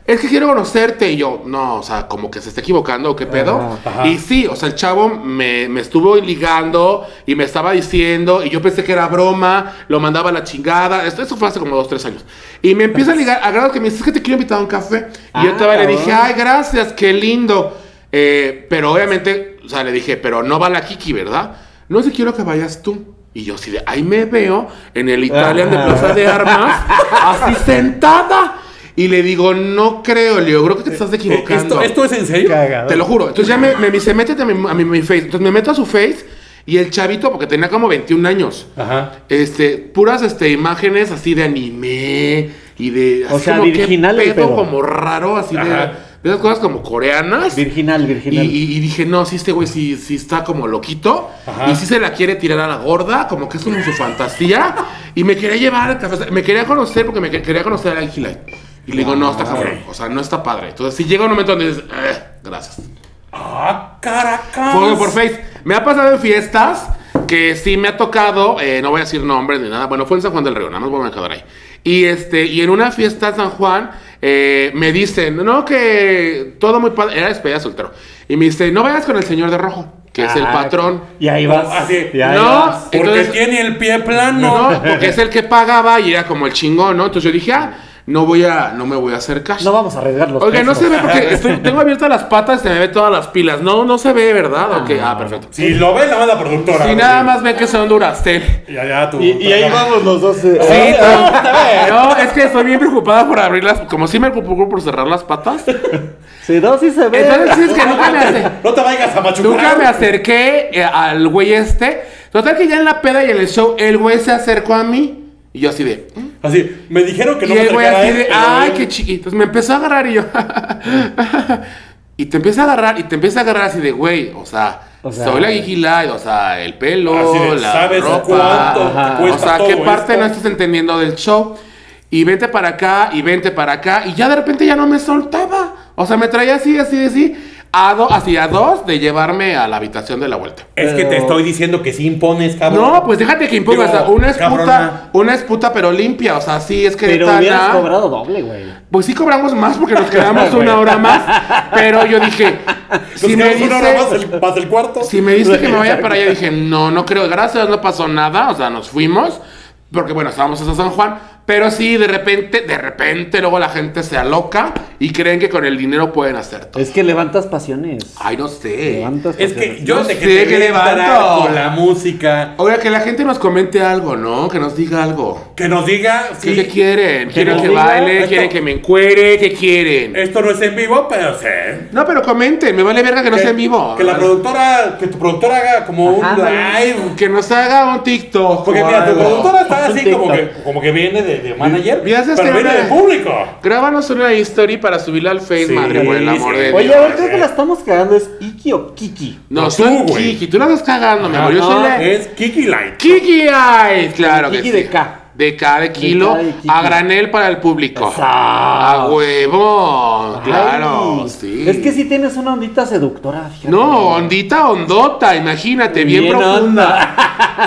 Speaker 4: Es que quiero conocerte. Y yo, no, o sea, como que se está equivocando o qué pedo.
Speaker 3: Ajá.
Speaker 4: Y sí, o sea, el chavo me, me estuvo ligando y me estaba diciendo, y yo pensé que era broma, lo mandaba a la chingada. Esto, eso fue hace como dos, tres años. Y me empieza a ligar, a grado que me dice, es que te quiero invitar a un café. Y yo
Speaker 2: Ah,
Speaker 4: estaba y le dije,
Speaker 2: cabrón.
Speaker 4: ay, gracias, qué lindo. Eh, pero obviamente, o sea, le dije, pero no va la Kiki, ¿verdad? No sé, quiero que vayas tú. Y yo sí de, ahí me veo en el Italian de Plaza de Armas, así sentada. Y le digo, no creo, Leo, creo que te estás
Speaker 3: Eh,
Speaker 4: equivocando.
Speaker 3: ¿Esto, ¿Esto es en serio?
Speaker 2: Cagado.
Speaker 4: Te lo juro. Entonces ya me, me dice, métete a mi, a mi- mi face. Entonces me meto a su face y el chavito, porque tenía como 21 años,
Speaker 3: Ajá.
Speaker 4: este, puras este, imágenes así de anime y de.
Speaker 2: O
Speaker 4: así
Speaker 2: sea,
Speaker 4: como que
Speaker 2: virginal el
Speaker 4: pedo
Speaker 2: pedo.
Speaker 4: como raro, así de.
Speaker 3: Ajá.
Speaker 4: de esas cosas como coreanas.
Speaker 2: Virginal,
Speaker 4: Y,
Speaker 2: virginal.
Speaker 4: y- y dije, no, sí, este güey sí, sí está como loquito.
Speaker 3: Ajá.
Speaker 4: Y sí se la quiere tirar a la gorda, como que es como su fantasía. y me quería llevar al café. o sea, me quería conocer porque me que- quería conocer al Gilay. Y le digo, no, está cabrón. O sea, no está padre. Entonces, si llega un momento donde dices, "Eh, gracias.
Speaker 3: ¡Ah, caracas!
Speaker 4: Fuego por Face. Me ha pasado en fiestas que sí me ha tocado, eh, no voy a decir nombres ni nada. Bueno, fue en San Juan del Río, nada más voy a quedar ahí. Y este, y en una fiesta en San Juan, eh, me dicen, no, que todo muy padre. Era despedida de soltero. Y me dice, no vayas con el señor de rojo, que es el
Speaker 2: Ah,
Speaker 4: patrón.
Speaker 2: Y ahí vas.
Speaker 3: Así,
Speaker 2: y ahí
Speaker 4: no.
Speaker 2: vas.
Speaker 3: Porque
Speaker 4: Entonces-
Speaker 3: tiene el pie plano.
Speaker 4: No, porque es el que pagaba y era como el chingón, ¿no? Entonces yo dije, ah, no voy a, no me voy a hacer caso.
Speaker 2: No vamos a arriesgar los
Speaker 4: Oiga, no se
Speaker 2: pesos.
Speaker 4: ve porque estoy- tengo abiertas las patas y se me ve todas las pilas. No, no se ve, ¿verdad? Ok, ah, perfecto.
Speaker 3: Si lo ve, la manda productora.
Speaker 4: Y nada más ve que son durastel.
Speaker 3: Y allá tú.
Speaker 2: Y, y ahí vamos los dos. eh,
Speaker 4: Sí,
Speaker 2: ah,
Speaker 4: no, es que estoy bien preocupada por abrirlas. Como si me preocupo por cerrar las patas.
Speaker 2: oh, Sí, no, sí se ve.
Speaker 4: Entonces sí, es que nunca me, ace-
Speaker 3: No te vayas a machucar.
Speaker 4: nunca me acerqué eh, al güey este. Total que ya en la peda y en el show, el güey se acercó a mí. Y yo así de. ¿Mm?
Speaker 3: Así, me dijeron que no
Speaker 4: y
Speaker 3: me
Speaker 4: el güey
Speaker 3: acercara a
Speaker 4: así
Speaker 3: él,
Speaker 4: de,
Speaker 3: pero
Speaker 4: ay,
Speaker 3: él-
Speaker 4: qué chiquitos. Me empezó a agarrar y yo. y te empieza a agarrar, y te empieza a agarrar así de, güey, o sea,
Speaker 2: O sea, eh.
Speaker 4: soy la guijila, o sea, el pelo,
Speaker 3: Así de,
Speaker 4: la
Speaker 3: ¿sabes
Speaker 4: ropa.
Speaker 3: cuánto
Speaker 4: ajá.
Speaker 3: te cuesta
Speaker 4: o sea, ¿qué
Speaker 3: todo
Speaker 4: parte
Speaker 3: esto?
Speaker 4: no estás entendiendo del show? Y vente para acá, y vente para acá, y ya de repente ya no me soltaba. O sea, me traía así, así, así, a do- así a dos de llevarme a la habitación de la vuelta.
Speaker 3: Es que te
Speaker 2: Pero-
Speaker 3: estoy diciendo que sí impones, cabrón.
Speaker 4: No, pues déjate que impongas. o sea,
Speaker 3: Digo,
Speaker 4: una es
Speaker 3: cabrona.
Speaker 4: puta, una es puta, pero limpia. O sea, sí, es que
Speaker 2: Pero
Speaker 4: tana.
Speaker 2: hubieras cobrado doble, güey.
Speaker 4: Pues sí cobramos más porque nos quedamos
Speaker 2: Güey.
Speaker 4: una hora más, pero yo dije,
Speaker 3: Nos
Speaker 4: si me,
Speaker 3: quedamos Pues una hora más
Speaker 4: dice,
Speaker 3: el, más el cuarto.
Speaker 4: si me dice que me vaya para allá, dije, no, no creo, gracias, no pasó nada, o sea, nos fuimos, porque bueno, estábamos hasta San Juan, pero sí, de repente, de repente, luego la gente se aloca y creen que con el dinero pueden hacer todo.
Speaker 2: Es que levantas pasiones.
Speaker 4: Ay, no sé.
Speaker 2: Levantas
Speaker 3: Es
Speaker 2: pasiones.
Speaker 3: que yo
Speaker 4: No
Speaker 3: sé que
Speaker 4: sé
Speaker 3: te
Speaker 4: qué
Speaker 3: voy a entrar
Speaker 4: levanto.
Speaker 3: con la música.
Speaker 4: Oiga, que la gente nos comente algo, ¿no? Que nos diga algo.
Speaker 3: Que nos diga
Speaker 4: ¿Qué,
Speaker 3: si
Speaker 4: qué quieren? ¿Quieren
Speaker 2: nos
Speaker 4: que
Speaker 2: diga
Speaker 4: baile?
Speaker 3: esto.
Speaker 4: ¿Quieren que me encuere? ¿Qué quieren?
Speaker 3: esto no es en vivo, pero sé.
Speaker 4: No, pero comenten, me vale verga que no sea en vivo.
Speaker 3: Que la productora, que tu productora haga como
Speaker 2: Ajá,
Speaker 3: un
Speaker 2: güey.
Speaker 3: live.
Speaker 4: Que nos haga un TikTok.
Speaker 3: Porque
Speaker 4: o
Speaker 3: mira, tu
Speaker 4: algo.
Speaker 3: productora está
Speaker 2: Un
Speaker 3: así
Speaker 2: TikTok.
Speaker 3: como que, como que viene de, de manager,
Speaker 4: Ya sabes
Speaker 3: pero
Speaker 4: que
Speaker 3: viene
Speaker 4: ahora-
Speaker 3: de público.
Speaker 4: Grábanos una story para subirla al Face,
Speaker 3: Sí,
Speaker 4: madre, por el amor
Speaker 3: sí.
Speaker 4: de
Speaker 2: Oye,
Speaker 4: Dios.
Speaker 2: a ver, creo que la estamos cagando. ¿Es Iki o Kiki?
Speaker 4: No,
Speaker 3: No,
Speaker 4: soy
Speaker 3: tú, güey.
Speaker 4: Kiki, tú la estás cagando, mi amor. Yo
Speaker 2: no,
Speaker 4: soy la.
Speaker 3: Es Kiki Light.
Speaker 4: Eh. Kiki Eyes, claro que
Speaker 2: Kiki
Speaker 4: sí.
Speaker 2: de K.
Speaker 4: De K de kilo,
Speaker 2: K de Kiki.
Speaker 4: a granel para el público.
Speaker 2: Exacto.
Speaker 4: A huevo, ah, claro,
Speaker 2: Ay,
Speaker 4: sí.
Speaker 2: Es que sí tienes una ondita seductora, fíjate.
Speaker 4: No, ondita, ondota, imagínate, bien,
Speaker 2: Bien
Speaker 4: profunda.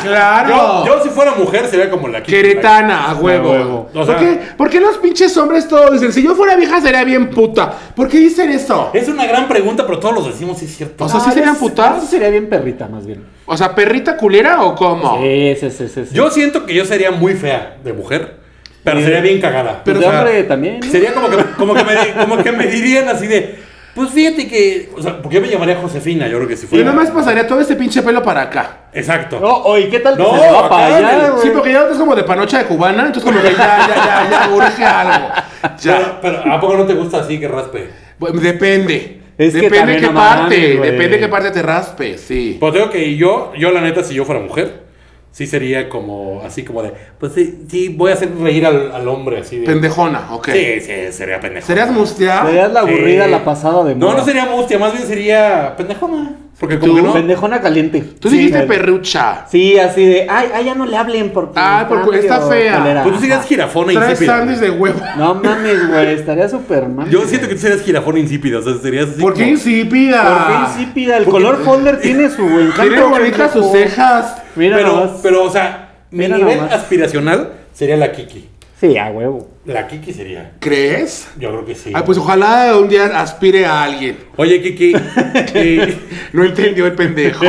Speaker 3: Yo,
Speaker 4: claro.
Speaker 3: yo si fuera mujer sería como la Kiki Light.
Speaker 4: Queretana, a huevo.
Speaker 2: A huevo.
Speaker 3: O sea-
Speaker 4: ¿Por, qué, por qué los pinches hombres todos dicen, si yo fuera vieja sería bien puta? ¿Por qué dicen eso?
Speaker 3: Es una gran pregunta, pero todos los decimos, sí es cierto.
Speaker 4: O sea,
Speaker 2: No,
Speaker 4: ¿sí serían
Speaker 2: es-
Speaker 4: putas?
Speaker 2: Ah, eso sería bien perrita, más bien.
Speaker 4: O sea, ¿perrita culera o cómo?
Speaker 2: Sí, sí, sí, sí, Pues sí.
Speaker 3: Yo siento que yo sería muy fea de mujer, pero sería bien cagada.
Speaker 2: Pues
Speaker 3: O
Speaker 2: de
Speaker 3: sea,
Speaker 2: hombre también. ¿no?
Speaker 3: Sería como que, como, que me, di- como que me dirían así de, pues fíjate que, o sea, porque yo me llamaría Josefina, yo creo que si
Speaker 4: Yo
Speaker 3: fuera.
Speaker 4: nomás pasaría todo este pinche pelo para acá.
Speaker 3: Exacto.
Speaker 2: No, oye, ¿qué tal que
Speaker 3: No,
Speaker 2: se le va para
Speaker 3: acá en
Speaker 2: allá,
Speaker 3: el-
Speaker 2: güey?
Speaker 4: Sí, porque ya es como de panocha de cubana, entonces como que ya, ya, ya, ya urge algo. Ya.
Speaker 3: Pero, pero, ¿a poco no te gusta así que raspe?
Speaker 4: Bueno, Depende.
Speaker 2: Es que
Speaker 4: depende
Speaker 2: también
Speaker 4: qué
Speaker 2: no
Speaker 4: parte,
Speaker 2: mames, güey.
Speaker 4: depende qué parte te raspe, sí.
Speaker 3: Pues digo que yo, yo la neta, si yo fuera mujer, sí sería como, así como de, pues sí, sí voy a hacer reír al, al hombre, así de.
Speaker 4: Pendejona, ok.
Speaker 3: Sí, sí, sería pendejo.
Speaker 4: ¿Serías mustia?
Speaker 2: Serías la aburrida,
Speaker 3: Sí.
Speaker 2: la pasada de
Speaker 3: No,
Speaker 2: moda.
Speaker 3: no sería mustia, más bien sería pendejona. Porque como
Speaker 4: ¿Tú?
Speaker 3: que no.
Speaker 2: Pendejona caliente.
Speaker 4: Tú
Speaker 2: Sí,
Speaker 4: dijiste
Speaker 2: cal-
Speaker 4: perrucha.
Speaker 2: Sí, así de, ay, ay, ya no le hablen porque.
Speaker 4: Ay, Ah, porque
Speaker 2: medio
Speaker 4: está fea.
Speaker 2: culera".
Speaker 3: Pues tú serías
Speaker 2: Ajá.
Speaker 3: jirafona
Speaker 4: Traes
Speaker 3: insípida.
Speaker 4: sándwich de huevo.
Speaker 2: No mames, güey, estaría súper mal.
Speaker 3: Yo siento que tú serías jirafón e insípido, o sea, serías así.
Speaker 4: ¿Por qué
Speaker 3: como-
Speaker 2: ¿Por qué
Speaker 4: insípida?
Speaker 2: insípida? El color Fonder tiene su encanto.
Speaker 4: Tiene bonitas
Speaker 2: pendejo.
Speaker 4: sus cejas.
Speaker 2: Mira
Speaker 3: Pero,
Speaker 2: nomás.
Speaker 3: pero, o sea, mi
Speaker 2: Mira
Speaker 3: nivel
Speaker 2: nomás.
Speaker 3: aspiracional sería la Kiki.
Speaker 2: Sí, a huevo.
Speaker 3: La Kiki sería.
Speaker 4: ¿Crees?
Speaker 3: Yo creo que sí.
Speaker 4: Ay, pues ojalá un día aspire a alguien.
Speaker 3: Oye, Kiki. eh,
Speaker 4: No entendió el pendejo.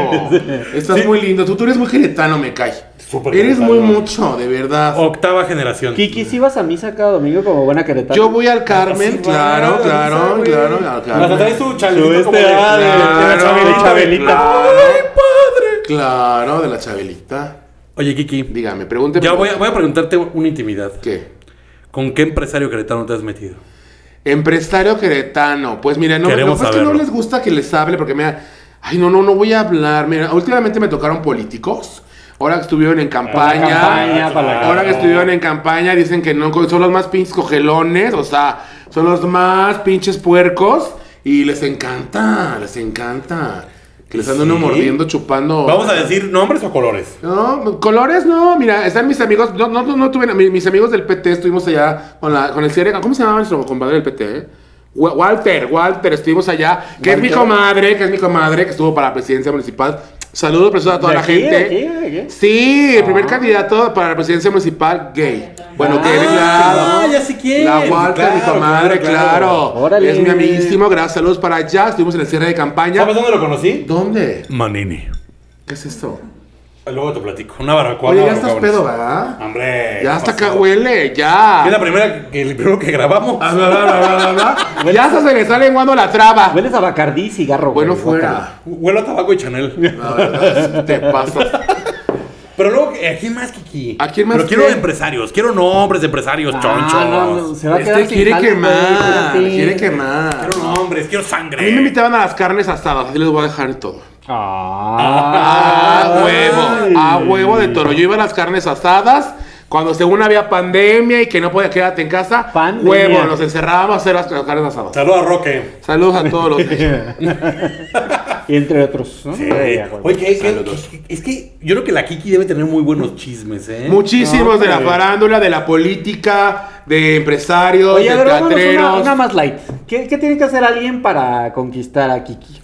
Speaker 4: Estás muy lindo. Tú, tú eres muy queretano, me cae.
Speaker 3: Súper Oh,
Speaker 4: eres
Speaker 3: queretano.
Speaker 4: muy mucho, de verdad.
Speaker 3: octava generación.
Speaker 2: Kiki, si vas a misa cada domingo como buena queretana.
Speaker 4: Yo voy al Carmen, claro, claro, claro, claro,
Speaker 3: Hasta traes
Speaker 4: claro.
Speaker 3: tu chalecito
Speaker 2: Su
Speaker 3: como
Speaker 2: este,
Speaker 3: de-
Speaker 2: ah, de-
Speaker 3: de
Speaker 4: Claro,
Speaker 2: Chabelita.
Speaker 4: claro.
Speaker 3: ¡Ay, padre!
Speaker 4: Claro, de la Chabelita.
Speaker 3: Oye, Kiki.
Speaker 4: Dígame, pregúnteme.
Speaker 3: Ya voy a, voy a preguntarte una intimidad.
Speaker 4: ¿Qué?
Speaker 3: ¿Con qué empresario queretano te has metido?
Speaker 4: Empresario queretano. Pues mira, no,
Speaker 3: Queremos
Speaker 4: lo que pasa es que no
Speaker 3: saberlo.
Speaker 4: les gusta que les hable porque me Ay, no, no, no voy a hablar. Mira, últimamente me tocaron políticos. Ahora que estuvieron en
Speaker 2: para la
Speaker 4: campaña.
Speaker 2: campaña, para la
Speaker 3: Claro.
Speaker 4: Ahora que estuvieron en campaña dicen que no son los más pinches cogelones, o sea, Son los más pinches puercos y les encanta, les encanta. Que les andan uno
Speaker 3: Sí.
Speaker 4: mordiendo, chupando.
Speaker 3: Vamos a decir nombres o colores.
Speaker 4: No, colores no, mira, están mis amigos, no, no, no, no tuve, mi- mis amigos del PT estuvimos allá con, la, con el Cierre, ¿cómo se llamaba nuestro compadre del PT? eh? Wa- Walter, Walter, estuvimos allá, que es mi
Speaker 2: Walter.
Speaker 4: comadre, que es mi comadre, que estuvo para la presidencia municipal. Saludos, preciosos a toda
Speaker 2: ¿De
Speaker 4: la
Speaker 2: aquí,
Speaker 4: gente.
Speaker 2: de aquí, de aquí? Ah.
Speaker 4: Sí, el primer candidato para la presidencia municipal, gay. Bueno, gay,
Speaker 3: Ah,
Speaker 4: claro.
Speaker 3: ya sé quién.
Speaker 4: La Walter, mi
Speaker 3: Claro,
Speaker 4: comadre,
Speaker 3: claro,
Speaker 4: claro.
Speaker 3: claro.
Speaker 2: Órale.
Speaker 4: Es mi amiguísimo, gracias, saludos para allá, estuvimos en el cierre de campaña.
Speaker 3: ¿Sabes dónde lo conocí?
Speaker 4: ¿Dónde?
Speaker 3: Manini.
Speaker 4: ¿Qué es esto?
Speaker 3: Luego te platico. Una barbacoa.
Speaker 4: Oye,
Speaker 3: una
Speaker 4: ya estás
Speaker 3: barbacoa.
Speaker 4: pedo, ¿verdad?
Speaker 3: Hombre.
Speaker 4: Ya
Speaker 3: ¿qué
Speaker 4: hasta
Speaker 3: pasó?
Speaker 4: acá huele, ya.
Speaker 3: Es la primera que, el primero que grabamos.
Speaker 4: Ah, bla, bla, bla, bla, bla, bla. ya hasta se me está lenguando la traba.
Speaker 2: Hueles a Bacardí y cigarro, güey,
Speaker 4: Bueno,
Speaker 2: guácala.
Speaker 4: fuera.
Speaker 3: Huelo a tabaco y Chanel.
Speaker 4: La verdad, te pasas.
Speaker 3: Pero luego, ¿a quién más, Kiki?
Speaker 4: ¿A quién más
Speaker 3: Pero quiero
Speaker 4: qué?
Speaker 3: empresarios, quiero nombres de empresarios, chonchos.
Speaker 2: Ah, no, no, se va a quedar
Speaker 4: Este
Speaker 2: sin
Speaker 4: quiere
Speaker 2: jale, güey,
Speaker 4: quemar,
Speaker 2: espérate.
Speaker 4: quiere quemar.
Speaker 3: Quiero nombres, quiero
Speaker 4: A
Speaker 3: sangre.
Speaker 4: mí me invitaban a las carnes asadas, así les voy a dejar todo.
Speaker 2: Ah,
Speaker 4: A huevo, a huevo de toro. Yo iba a las carnes asadas. Cuando según había pandemia y que no podía quedarte en casa,
Speaker 2: Pandemia.
Speaker 4: huevo, nos encerrábamos a hacer las las carnes asadas.
Speaker 3: Saludos a Roque.
Speaker 4: Saludos a todos los
Speaker 2: Y entre otros, ¿no?
Speaker 3: Sí.
Speaker 2: Ay, a huevo.
Speaker 3: Oye, ¿qué- qué-
Speaker 4: Saludos.
Speaker 3: qué- es que yo creo que la Kiki debe tener muy buenos chismes, ¿eh?
Speaker 4: Muchísimos de la
Speaker 2: Hombre.
Speaker 4: farándula, de la política, de empresarios,
Speaker 2: Oye, a
Speaker 4: de
Speaker 2: ver, vámonos
Speaker 4: teatreros.
Speaker 2: una, una más light. ¿Qué, qué tiene que hacer alguien para conquistar a Kiki?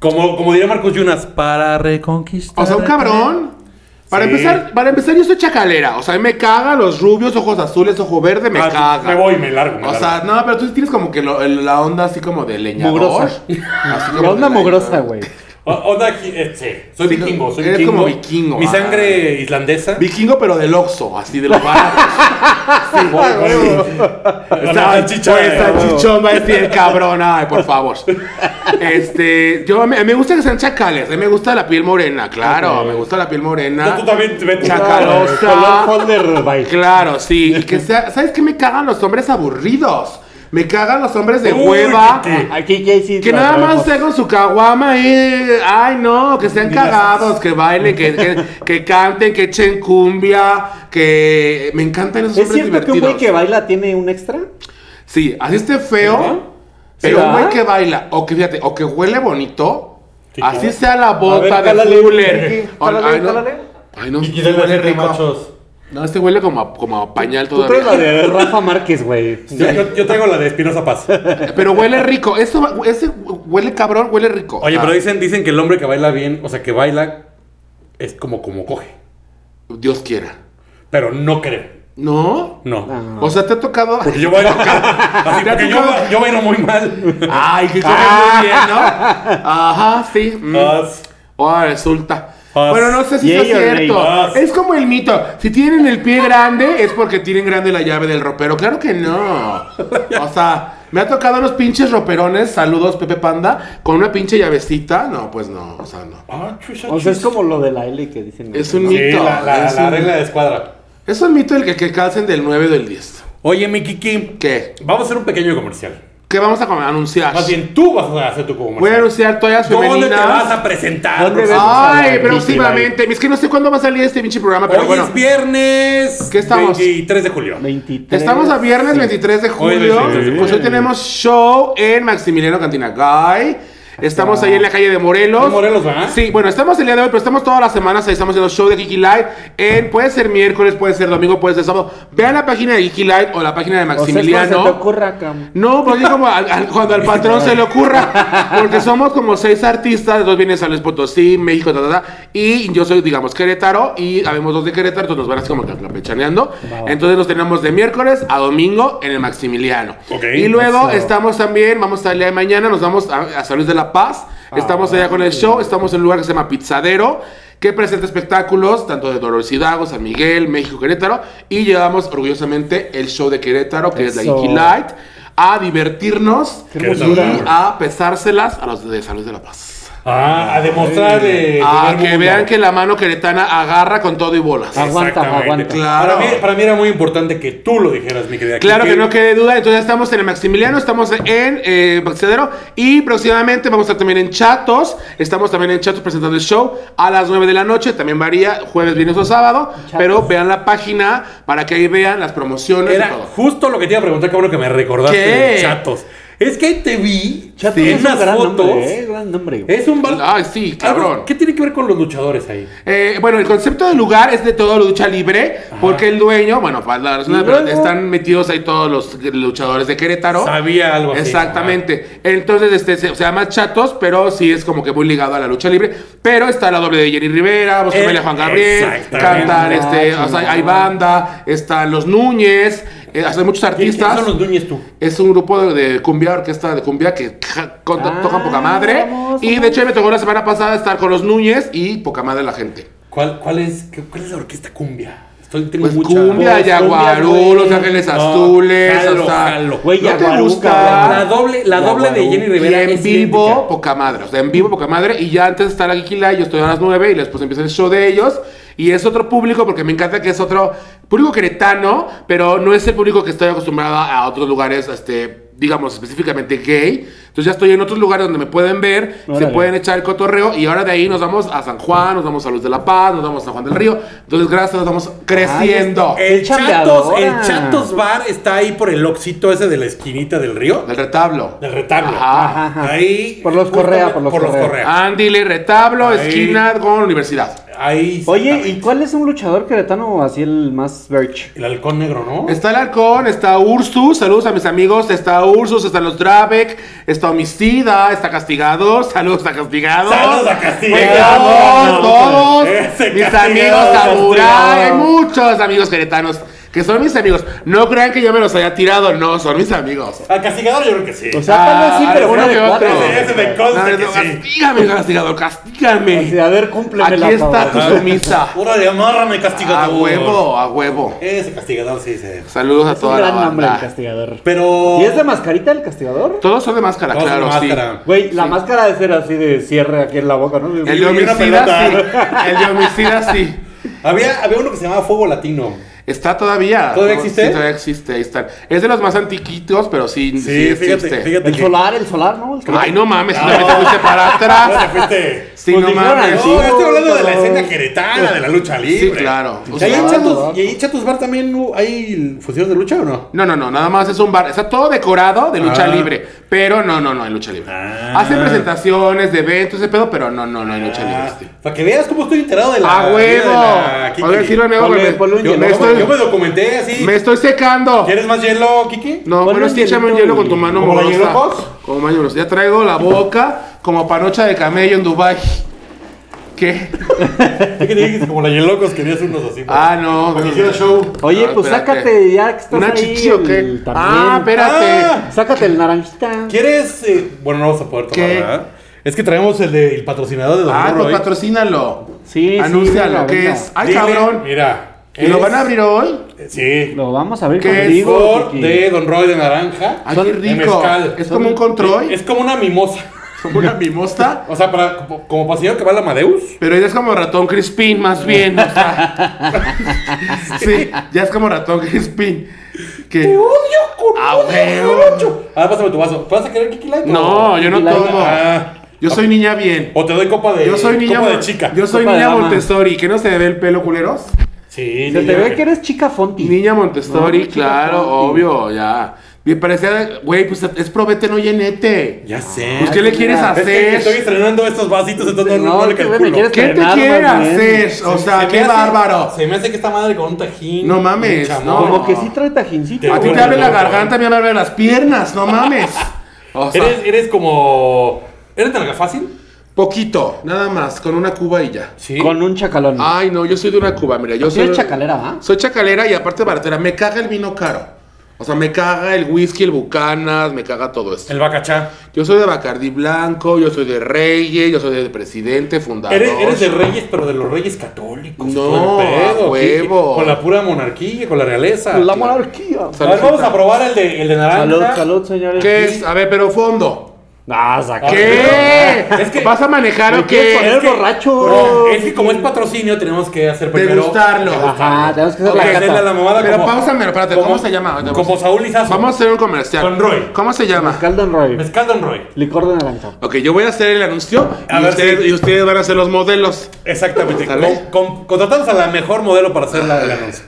Speaker 3: Como, como diría Marcos Yunas, para reconquistar.
Speaker 4: O sea, un cabrón. Para
Speaker 3: Sí.
Speaker 4: empezar, para empezar, yo soy chacalera. O sea, a mí me caga los rubios, ojos azules, ojo verde, me
Speaker 3: Ah, sí,
Speaker 4: caga.
Speaker 3: me voy, me largo, me
Speaker 4: o sea, no, pero tú tienes como que lo- el- la onda así como de leñador.
Speaker 2: Mugrosa.
Speaker 4: Así como
Speaker 2: La onda
Speaker 4: de
Speaker 2: mugrosa, güey.
Speaker 3: O- Onda, ki- eh, sí, soy
Speaker 4: Sí,
Speaker 3: vikingo, soy
Speaker 4: eres
Speaker 3: vikingo.
Speaker 4: como vikingo,
Speaker 3: Mi
Speaker 4: ah.
Speaker 3: sangre islandesa.
Speaker 4: Vikingo, pero del Oxxo, así de los baratos. sí,
Speaker 3: La
Speaker 4: Está
Speaker 3: salchicha,
Speaker 4: chichón,
Speaker 3: eh.
Speaker 4: está chichón, va a decir el cabrón, ay, por favor. Este, yo me, me gusta que sean chacales, a mí me gusta la piel morena, claro, me gusta la piel morena.
Speaker 3: Tú- tú también te ves-
Speaker 4: Chacalosa.
Speaker 2: Color Folder, bye.
Speaker 4: Claro, sí. Y que sea, ¿sabes qué me cagan los hombres aburridos? Me cagan los hombres de
Speaker 3: Uy,
Speaker 4: hueva.
Speaker 3: qué-
Speaker 2: Aquí ya sí.
Speaker 4: Que
Speaker 2: lo
Speaker 4: nada más
Speaker 2: sabemos.
Speaker 4: esté con su caguama ahí. Ay, no, que sean cagados, que bailen, que, que, que canten, que echen cumbia, que me encantan esos
Speaker 2: ¿Es
Speaker 4: hombres
Speaker 2: cierto que un
Speaker 4: divertidos.
Speaker 2: güey que baila tiene un extra?
Speaker 4: Sí, así esté
Speaker 2: ¿Verdad?
Speaker 4: feo, pero
Speaker 2: Sí,
Speaker 4: un güey
Speaker 2: ¿verdad?
Speaker 4: que baila, o que fíjate, o que huele bonito,
Speaker 3: Sí,
Speaker 4: así
Speaker 3: claro.
Speaker 4: sea la bota
Speaker 2: ver, cálale,
Speaker 4: de
Speaker 2: Kiki,
Speaker 4: Fuller.
Speaker 2: cálale,
Speaker 4: ay, no,
Speaker 2: cálale.
Speaker 4: ay, no,
Speaker 3: Kiki,
Speaker 4: sí
Speaker 3: dale
Speaker 4: huele
Speaker 3: siete
Speaker 4: rico.
Speaker 3: machos.
Speaker 4: No, este huele como a, como a pañal
Speaker 2: Tú traes la
Speaker 4: todavía.
Speaker 2: de Rafa Márquez, güey.
Speaker 3: Yo, yo- yo traigo la de Espinosa Paz.
Speaker 4: Pero huele rico. Eso, va- ese huele cabrón, huele rico.
Speaker 3: Oye,
Speaker 4: Ah,
Speaker 3: pero dicen, dicen que el hombre que baila bien, o sea, que baila es como, como coge.
Speaker 4: Dios quiera.
Speaker 3: Pero no creo.
Speaker 4: ¿No?
Speaker 3: No.
Speaker 2: Ah.
Speaker 4: O sea, te ha tocado.
Speaker 3: Porque yo bailo. así,
Speaker 4: ¿Te ha
Speaker 3: porque yo,
Speaker 4: tocado?
Speaker 3: yo bailo muy mal. Ah.
Speaker 4: Ay, que comes muy bien, ¿no? Ajá, sí. mm.
Speaker 3: As-
Speaker 4: Ahora resulta.
Speaker 3: Ah,
Speaker 4: Bueno, no sé si
Speaker 2: yay
Speaker 4: es
Speaker 2: or nay.
Speaker 4: cierto.
Speaker 3: Ah.
Speaker 4: Es como el mito. Si tienen el pie grande, es porque tienen grande la llave del ropero. Claro que no. O sea, me ha tocado unos pinches roperones. Saludos, Pepe Panda. Con una pinche llavecita. No, pues no. O sea, no.
Speaker 3: Ah, chucha,
Speaker 2: O sea, es
Speaker 3: chucha.
Speaker 2: como lo de la L que dicen.
Speaker 4: Es un
Speaker 2: ¿no?
Speaker 3: Sí,
Speaker 4: mito.
Speaker 3: la, la-
Speaker 4: es,
Speaker 3: la
Speaker 4: un,
Speaker 3: regla de escuadra.
Speaker 4: es un mito el que, que calcen del 9 o del 10.
Speaker 3: Oye, mi Kiki.
Speaker 4: ¿Qué?
Speaker 3: Vamos a hacer un pequeño comercial.
Speaker 4: ¿Qué vamos a com- anunciar?
Speaker 3: Más bien, tú vas a hacer tu comercial.
Speaker 4: Ah, Voy a anunciar toallas
Speaker 3: ¿Dónde te vas
Speaker 4: femeninas.
Speaker 3: a presentar?
Speaker 2: ¿Dónde
Speaker 3: Rosa?
Speaker 2: ves?
Speaker 4: Ay,
Speaker 2: Ah,
Speaker 4: próximamente. Es que no sé cuándo va a salir este pinche programa, pero
Speaker 3: Hoy
Speaker 4: bueno.
Speaker 3: es viernes.
Speaker 4: ¿Qué estamos?
Speaker 3: 23 de julio.
Speaker 2: 23.
Speaker 4: Estamos a viernes 23 de
Speaker 3: Hoy es
Speaker 4: julio.
Speaker 3: 23 de
Speaker 4: Pues hoy
Speaker 3: julio.
Speaker 4: tenemos show en Maximiliano Cantina Guy. Estamos ahí en la calle de Morelos.
Speaker 3: En Morelos, ¿verdad?
Speaker 4: Sí, bueno, estamos el día de hoy, pero estamos todas las semanas ahí. Estamos en los shows de Kiki Live. En, puede ser miércoles, puede ser domingo, puede ser sábado. Vean la página de Kiki Live o la página de
Speaker 2: O sea, es cuando
Speaker 4: Maximiliano.
Speaker 2: se te ocurra, cam.
Speaker 4: No, porque como al- al- cuando al patrón se le ocurra. Porque somos como seis artistas, dos vienen de San Luis Potosí, México, ta, ta, ta, y yo soy, digamos, Querétaro, y habemos dos de Querétaro, entonces nos van así como que campechaneando.
Speaker 2: va.
Speaker 4: Entonces nos tenemos de miércoles a domingo en el Maximiliano.
Speaker 3: Ok.
Speaker 4: y luego
Speaker 2: Eso.
Speaker 4: estamos también, vamos a el día de mañana, nos vamos a, a San Luis de la Paz,
Speaker 2: Ah,
Speaker 4: estamos allá con el show, estamos en un lugar que se llama Pizzadero. Que presenta espectáculos tanto de Dolores Hidalgo, San Miguel, México, Querétaro. Y llevamos orgullosamente el show de Querétaro, que es la
Speaker 2: Eso.
Speaker 4: Iki Light a divertirnos
Speaker 2: Qué
Speaker 4: y
Speaker 3: hermosura.
Speaker 4: a pesárselas a los de Salud de la Paz.
Speaker 3: Ah, a demostrarle.
Speaker 4: Ah, que vean que la mano queretana agarra con todo y bolas.
Speaker 3: Ah,
Speaker 2: Aguanta, aguanta.
Speaker 4: Claro.
Speaker 3: Para, mí, para mí era muy importante que tú lo dijeras, mi querida.
Speaker 4: Claro que
Speaker 3: Kiki.
Speaker 4: no quede duda, entonces estamos en el Maximiliano, estamos en eh, Baxedero y próximamente vamos a estar también en Chatos, estamos también en Chatos presentando el show a las 9 de la noche, también varía jueves, viernes o sábado, pero vean la página para que ahí vean las promociones y
Speaker 3: Era
Speaker 4: todo.
Speaker 3: justo lo que te iba a preguntar, cabrón, que me recordaste
Speaker 4: ¿Qué?
Speaker 3: de chatos. Es que te vi
Speaker 2: Chato,
Speaker 3: en
Speaker 2: es un
Speaker 3: unas
Speaker 2: gran
Speaker 3: fotos.
Speaker 2: nombre, eh, gran nombre.
Speaker 3: Es un bar.
Speaker 4: Ay, sí, cabrón.
Speaker 3: ¿Qué tiene que ver con los luchadores ahí?
Speaker 4: Eh, bueno, el concepto del lugar es de todo lucha libre, porque el dueño, bueno, para la persona, pero
Speaker 2: luego?
Speaker 4: están metidos ahí todos los luchadores de Querétaro.
Speaker 3: Sabía algo así.
Speaker 4: Exactamente. Entonces, este, se, se llama Chatos, pero sí es como que muy ligado a la lucha libre. Pero está la doble de Jenny Rivera, Bosco
Speaker 3: Eh,
Speaker 4: Vélez, Juan Gabriel,
Speaker 3: exactamente.
Speaker 4: cantan, este,
Speaker 2: Ah,
Speaker 4: o sea,
Speaker 2: chingada.
Speaker 4: hay banda, están los Núñez, eh, hacen muchos
Speaker 3: ¿Quién- quiénes
Speaker 4: artistas.
Speaker 3: son los dueños tú?
Speaker 4: Es un grupo de, de cumbia, orquesta de cumbia que ja- con-
Speaker 2: Ah,
Speaker 4: tocan poca madre.
Speaker 2: vamos,
Speaker 4: y de
Speaker 2: vamos.
Speaker 4: hecho, me tocó la semana pasada estar con los Núñez y poca madre la gente.
Speaker 3: ¿Cuál, cuál, es, qué- ¿Cuál es la orquesta cumbia? Estoy, tengo
Speaker 4: Pues
Speaker 3: mucha
Speaker 4: cumbia,
Speaker 3: voz.
Speaker 4: Yaguarú,
Speaker 3: güey.
Speaker 4: Los Ángeles Azules,
Speaker 3: jalo,
Speaker 4: o sea,
Speaker 3: jalo.
Speaker 2: Güey,
Speaker 4: ¿no te
Speaker 2: Yaguarú,
Speaker 4: gusta?
Speaker 2: cabrón.
Speaker 3: La doble, la doble de
Speaker 2: Yaguarú.
Speaker 3: Jenny
Speaker 4: Y
Speaker 3: Rivera.
Speaker 4: en
Speaker 3: es
Speaker 4: vivo,
Speaker 3: idéntica.
Speaker 4: poca madre. O sea, en vivo, poca madre. Y ya antes está la Kikila, yo estoy a las 9 y después empieza el show de ellos. Y es otro público, porque me encanta que es otro público queretano, pero no es el público que estoy acostumbrado a otros lugares, este, digamos, específicamente gay. Entonces ya estoy en otros lugares donde me pueden ver,
Speaker 2: Órale.
Speaker 4: se pueden echar el cotorreo. Y ahora de ahí nos vamos a San Juan, nos vamos a Luz de la Paz, nos vamos a San Juan del Río. Entonces, gracias, nos vamos creciendo.
Speaker 2: Ay,
Speaker 3: El
Speaker 2: Qué
Speaker 3: Chatos,
Speaker 2: chambeadora.
Speaker 3: el Chatos Bar está ahí por el oxito ese de la esquinita del río.
Speaker 4: Del retablo.
Speaker 3: Del retablo.
Speaker 4: Ajá, Ah.
Speaker 2: ajá.
Speaker 3: Ahí.
Speaker 2: Por los
Speaker 3: justo
Speaker 2: Correa, por los Correa.
Speaker 4: Andile, retablo,
Speaker 3: Ahí.
Speaker 4: esquina con universidad.
Speaker 3: Ahí.
Speaker 2: Oye, ¿y
Speaker 3: exactamente.
Speaker 2: cuál es un luchador queretano así el más birch?
Speaker 3: El halcón negro, ¿no?
Speaker 4: Está el halcón, está Ursus, saludos a mis amigos, está Ursus, están los Drabeck, está Homicida, está Castigado, saludos a Castigado.
Speaker 3: Saludos a Castigado.
Speaker 4: Venga,
Speaker 3: No,
Speaker 4: todos,
Speaker 3: ese
Speaker 4: mis
Speaker 3: Castigado,
Speaker 4: amigos Samurai, hay
Speaker 3: Castigado.
Speaker 4: muchos amigos queretanos que son mis amigos. No crean que yo me los haya tirado, no, son mis amigos.
Speaker 3: Al castigador yo creo que sí.
Speaker 2: O sea, tal vez sí,
Speaker 4: Ah,
Speaker 2: pero
Speaker 4: alguno
Speaker 2: uno de
Speaker 4: que
Speaker 2: cuatro.
Speaker 4: otro.
Speaker 3: Ese- ese me consta
Speaker 4: Ay,
Speaker 3: que
Speaker 4: no,
Speaker 3: sí.
Speaker 4: Castígame, castigador,
Speaker 2: Así,
Speaker 4: castígame.
Speaker 2: a ver, cúmpleme
Speaker 4: Aquí está tu
Speaker 2: cabrón.
Speaker 4: sumisa.
Speaker 3: Órale, amárrame,
Speaker 4: A
Speaker 3: castigador.
Speaker 4: huevo, a huevo.
Speaker 3: Ese castigador sí se.
Speaker 4: Saludos a
Speaker 2: Es un
Speaker 4: toda la
Speaker 2: gran nombre el
Speaker 4: banda.
Speaker 2: castigador.
Speaker 3: Pero.
Speaker 2: ¿Y es de mascarita el castigador?
Speaker 4: Todos son de máscara,
Speaker 3: Todos
Speaker 4: claro,
Speaker 3: con
Speaker 4: sí.
Speaker 3: máscara.
Speaker 2: Güey, la máscara de ser así de cierre aquí en la boca, ¿no?
Speaker 3: Y
Speaker 4: El de
Speaker 3: una
Speaker 4: homicida sí. El de homicida sí.
Speaker 3: Había, había uno que se llamaba Fuego Latino.
Speaker 4: Está todavía.
Speaker 3: ¿Todavía existe?
Speaker 4: Sí, todavía existe, ahí están. Es de los más antiquitos, pero sí, sí, existe.
Speaker 2: El
Speaker 3: que-
Speaker 2: solar, el solar, ¿no? El
Speaker 4: Ay, no mames,
Speaker 3: No.
Speaker 4: solamente fuiste para
Speaker 3: Ah,
Speaker 4: atrás.
Speaker 3: te fuiste.
Speaker 4: Sí,
Speaker 2: Pues
Speaker 4: no
Speaker 2: dijeron
Speaker 4: mames.
Speaker 2: así.
Speaker 3: No, estoy hablando de la
Speaker 2: no.
Speaker 3: escena queretana, de la lucha libre.
Speaker 4: claro.
Speaker 3: Y ahí en
Speaker 2: Claro.
Speaker 3: Chatos, y ahí en Chatos Bar también hubo- hay funciones de lucha o no?
Speaker 4: No, no, no, nada más es un bar. Está todo decorado de lucha
Speaker 3: Ah.
Speaker 4: libre. Pero no, no, no hay lucha libre.
Speaker 3: Ah.
Speaker 4: Hacen presentaciones de eventos, ese pedo, pero no, no, no hay lucha libre. sí.
Speaker 3: Ah, Para que veas cómo estoy enterado de la.
Speaker 4: ¡A huevo!
Speaker 3: de la Ah, Kiki.
Speaker 4: A ver, sírveme agua.
Speaker 2: Ponle-
Speaker 4: me-
Speaker 2: ponle un
Speaker 3: Yo,
Speaker 4: Yo me
Speaker 2: hielo,
Speaker 3: yo-
Speaker 4: estoy-
Speaker 3: yo me documenté así.
Speaker 4: Me estoy secando.
Speaker 3: ¿Quieres más hielo, Kiki?
Speaker 4: No,
Speaker 2: Ponle
Speaker 4: bueno,
Speaker 2: un
Speaker 4: sí, échame un
Speaker 2: hielito
Speaker 4: hielo con tu
Speaker 2: y-
Speaker 4: mano
Speaker 3: ¿Como
Speaker 4: morosa.
Speaker 3: bañuelos?
Speaker 4: Como bañuelos. Ya traigo la boca como panocha de camello en Dubai. ¿Qué?
Speaker 3: Es que te dije que como la hielocos querías unos así.
Speaker 4: Ah, no.
Speaker 3: Porque hicieron show.
Speaker 2: Oye,
Speaker 4: No,
Speaker 2: pues
Speaker 4: Ah, espérate.
Speaker 2: sácate ya que estás
Speaker 4: ¿Una
Speaker 2: ahí
Speaker 4: chichi o qué?
Speaker 2: el- también.
Speaker 4: Ah, espérate.
Speaker 3: Ah.
Speaker 2: Sácate el naranjita.
Speaker 3: ¿Quieres? eh, bueno, no vamos a poder tomar,
Speaker 4: ¿Qué?
Speaker 3: ¿verdad? Es que traemos el del patrocinador de Don
Speaker 4: Ah,
Speaker 3: Moro
Speaker 4: pues
Speaker 3: hoy.
Speaker 4: patrocínalo.
Speaker 2: Sí, sí,
Speaker 4: Anúncialo,
Speaker 2: venga,
Speaker 4: ¿qué
Speaker 2: venga.
Speaker 4: es? ¡Ay,
Speaker 3: Dile,
Speaker 4: cabrón!
Speaker 3: Mira.
Speaker 4: ¿Y lo
Speaker 3: es-
Speaker 4: van a abrir hoy?
Speaker 3: eh, Sí.
Speaker 2: Lo vamos a ver
Speaker 4: ¿Qué es?
Speaker 2: contigo.
Speaker 3: Licor
Speaker 2: Kiki.
Speaker 3: de Don Roy de naranja.
Speaker 4: ¡Ay,
Speaker 2: Son-
Speaker 4: Ah, qué
Speaker 2: de
Speaker 4: rico!
Speaker 3: mezcal.
Speaker 4: Es
Speaker 3: Son-
Speaker 4: como un control,
Speaker 3: Es como una mimosa.
Speaker 4: como una mimosa.
Speaker 3: O sea, para, como, como para señor que va a la Amadeus.
Speaker 4: Pero ella es como ratón Crispin, más bien. o sea. sí, ya es como ratón Crispin. Que...
Speaker 3: odio con
Speaker 4: Ah,
Speaker 3: odio,
Speaker 4: huevo.
Speaker 3: mucho. Ahora pásame tu vaso. ¿Vas a querer Kiki Light? o-
Speaker 4: No, yo no
Speaker 2: Y la-
Speaker 4: tomo.
Speaker 3: Ah.
Speaker 4: Yo soy niña bien.
Speaker 3: O te doy copa de.
Speaker 4: Yo soy niña,
Speaker 3: copa de
Speaker 4: Mon-
Speaker 3: chica.
Speaker 4: Yo soy
Speaker 2: Copa de
Speaker 4: niña
Speaker 2: dama.
Speaker 4: Montessori. ¿Que no se me ve el pelo, culeros?
Speaker 3: Sí,
Speaker 2: Se
Speaker 3: niña.
Speaker 2: te ve que eres chica Fonti.
Speaker 4: Niña Montessori,
Speaker 2: No, chica
Speaker 4: claro,
Speaker 2: Fonti.
Speaker 4: obvio, ya. Me parecía, güey, pues es probete, no llenete.
Speaker 3: Ya sé.
Speaker 4: Pues, ¿qué le quieres
Speaker 2: mira,
Speaker 3: Es que estoy
Speaker 4: hacer?
Speaker 3: estrenando estos vasitos, entonces no,
Speaker 2: No,
Speaker 3: no le
Speaker 2: que me
Speaker 3: calculo.
Speaker 2: quieres-
Speaker 4: ¿Qué te
Speaker 2: estrenar,
Speaker 4: quiere
Speaker 2: más bien.
Speaker 4: hacer? O
Speaker 3: Se-
Speaker 4: sea,
Speaker 3: se me
Speaker 4: qué
Speaker 3: hace-
Speaker 4: bárbaro.
Speaker 3: Se me hace que esta madre con un tajín.
Speaker 4: No mames,
Speaker 3: un
Speaker 4: no.
Speaker 2: Como
Speaker 3: chamorro.
Speaker 2: que sí trae tajincito.
Speaker 3: Te-
Speaker 4: A ti te
Speaker 3: Bueno,
Speaker 4: abre la
Speaker 3: no,
Speaker 4: garganta, a mí me abre las piernas, no mames. O sea,
Speaker 3: Eres, eres como. ¿Eres tan fácil?
Speaker 4: poquito, nada más, con una cuba y ya.
Speaker 3: Sí.
Speaker 2: Con un chacalón.
Speaker 4: Ay, no, yo soy de una cuba, mira, yo
Speaker 2: Sí,
Speaker 4: soy...
Speaker 2: es chacalera, ¿va?
Speaker 4: Soy chacalera y aparte baratera, me caga el vino caro. O sea, me caga el whisky, el bucanas, me caga todo esto.
Speaker 3: El bacachá.
Speaker 4: Yo soy de Bacardí Blanco, yo soy de Reyes, yo soy de presidente, fundador.
Speaker 3: Eres, eres de reyes, pero de los reyes católicos.
Speaker 4: No,
Speaker 3: todo el pedo,
Speaker 4: a huevo.
Speaker 3: Kiki, Con la pura monarquía, con la realeza.
Speaker 2: La
Speaker 3: A ver,
Speaker 2: monarquía.
Speaker 4: Salud.
Speaker 3: vamos a probar el de, el de naranja.
Speaker 2: Salud, salud, señores.
Speaker 4: ¿Qué es? A ver, pero fondo.
Speaker 2: Ah, saca.
Speaker 4: ¿Qué?
Speaker 3: ah, Es que-
Speaker 4: ¿Vas a manejar o qué?
Speaker 2: poner
Speaker 3: Es que-
Speaker 2: borracho.
Speaker 3: No, es que como es patrocinio, tenemos que hacer primero.
Speaker 4: Degustarlo.
Speaker 2: Ajá, Ah, tenemos que hacer
Speaker 3: Porque
Speaker 2: la
Speaker 3: hacerle a la
Speaker 2: cata.
Speaker 3: mamada
Speaker 4: Pero
Speaker 3: como-
Speaker 4: páusame, espérate,
Speaker 3: como-
Speaker 4: ¿cómo se llama?
Speaker 3: Como Saúl Lizazo.
Speaker 4: Vamos a hacer un comercial.
Speaker 3: Con Roy.
Speaker 4: ¿Cómo se llama?
Speaker 2: Mezcal Don Roy.
Speaker 3: Mezcal Don Roy.
Speaker 2: Licor de naranja.
Speaker 4: Ok, yo voy a hacer el anuncio
Speaker 3: A
Speaker 4: y
Speaker 3: ver
Speaker 4: ustedes,
Speaker 3: si-
Speaker 4: y ustedes van a ser los modelos.
Speaker 3: Exactamente.
Speaker 4: ¿Sale?
Speaker 3: Con- con- contratamos a la mejor modelo para hacer la el anuncio.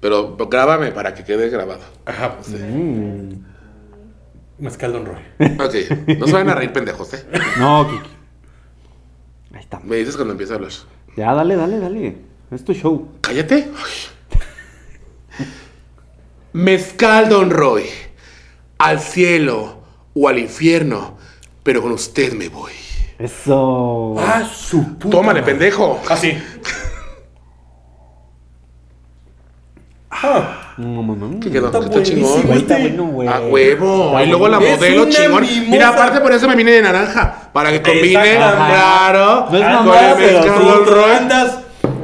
Speaker 4: Pero grábame para que quede grabado.
Speaker 3: Ajá.
Speaker 4: pues, eh.
Speaker 3: Mm. Mezcal Don Roy.
Speaker 4: Ok, no se van a reír pendejos, ¿eh?
Speaker 2: No, Kiki. Ahí está.
Speaker 4: Me dices cuando empiece a hablar.
Speaker 2: Ya, dale, dale, dale. Es tu show.
Speaker 4: Cállate. Ay. Mezcal Don Roy. Al cielo o al infierno, pero con usted me voy.
Speaker 2: Eso.
Speaker 3: Ah, su puta.
Speaker 4: Tómale,
Speaker 3: madre.
Speaker 4: pendejo.
Speaker 3: Así.
Speaker 2: No, no, no.
Speaker 4: ¿Qué quedó?
Speaker 3: Está
Speaker 4: Está chingón.
Speaker 3: buenísimo.
Speaker 2: Está bueno, güey.
Speaker 4: A huevo.
Speaker 2: Está
Speaker 4: Y luego la
Speaker 3: Es
Speaker 4: modelo
Speaker 3: una
Speaker 4: chingón. Mira,
Speaker 3: mimosa.
Speaker 4: aparte por eso me vine de naranja. Para que combine,
Speaker 3: Exactamente.
Speaker 4: claro.
Speaker 2: No es
Speaker 4: con
Speaker 2: mamada,
Speaker 4: el
Speaker 2: pero
Speaker 4: mezcal
Speaker 3: Ah, Tú-
Speaker 4: Don
Speaker 3: tú
Speaker 4: Roy.
Speaker 3: andas,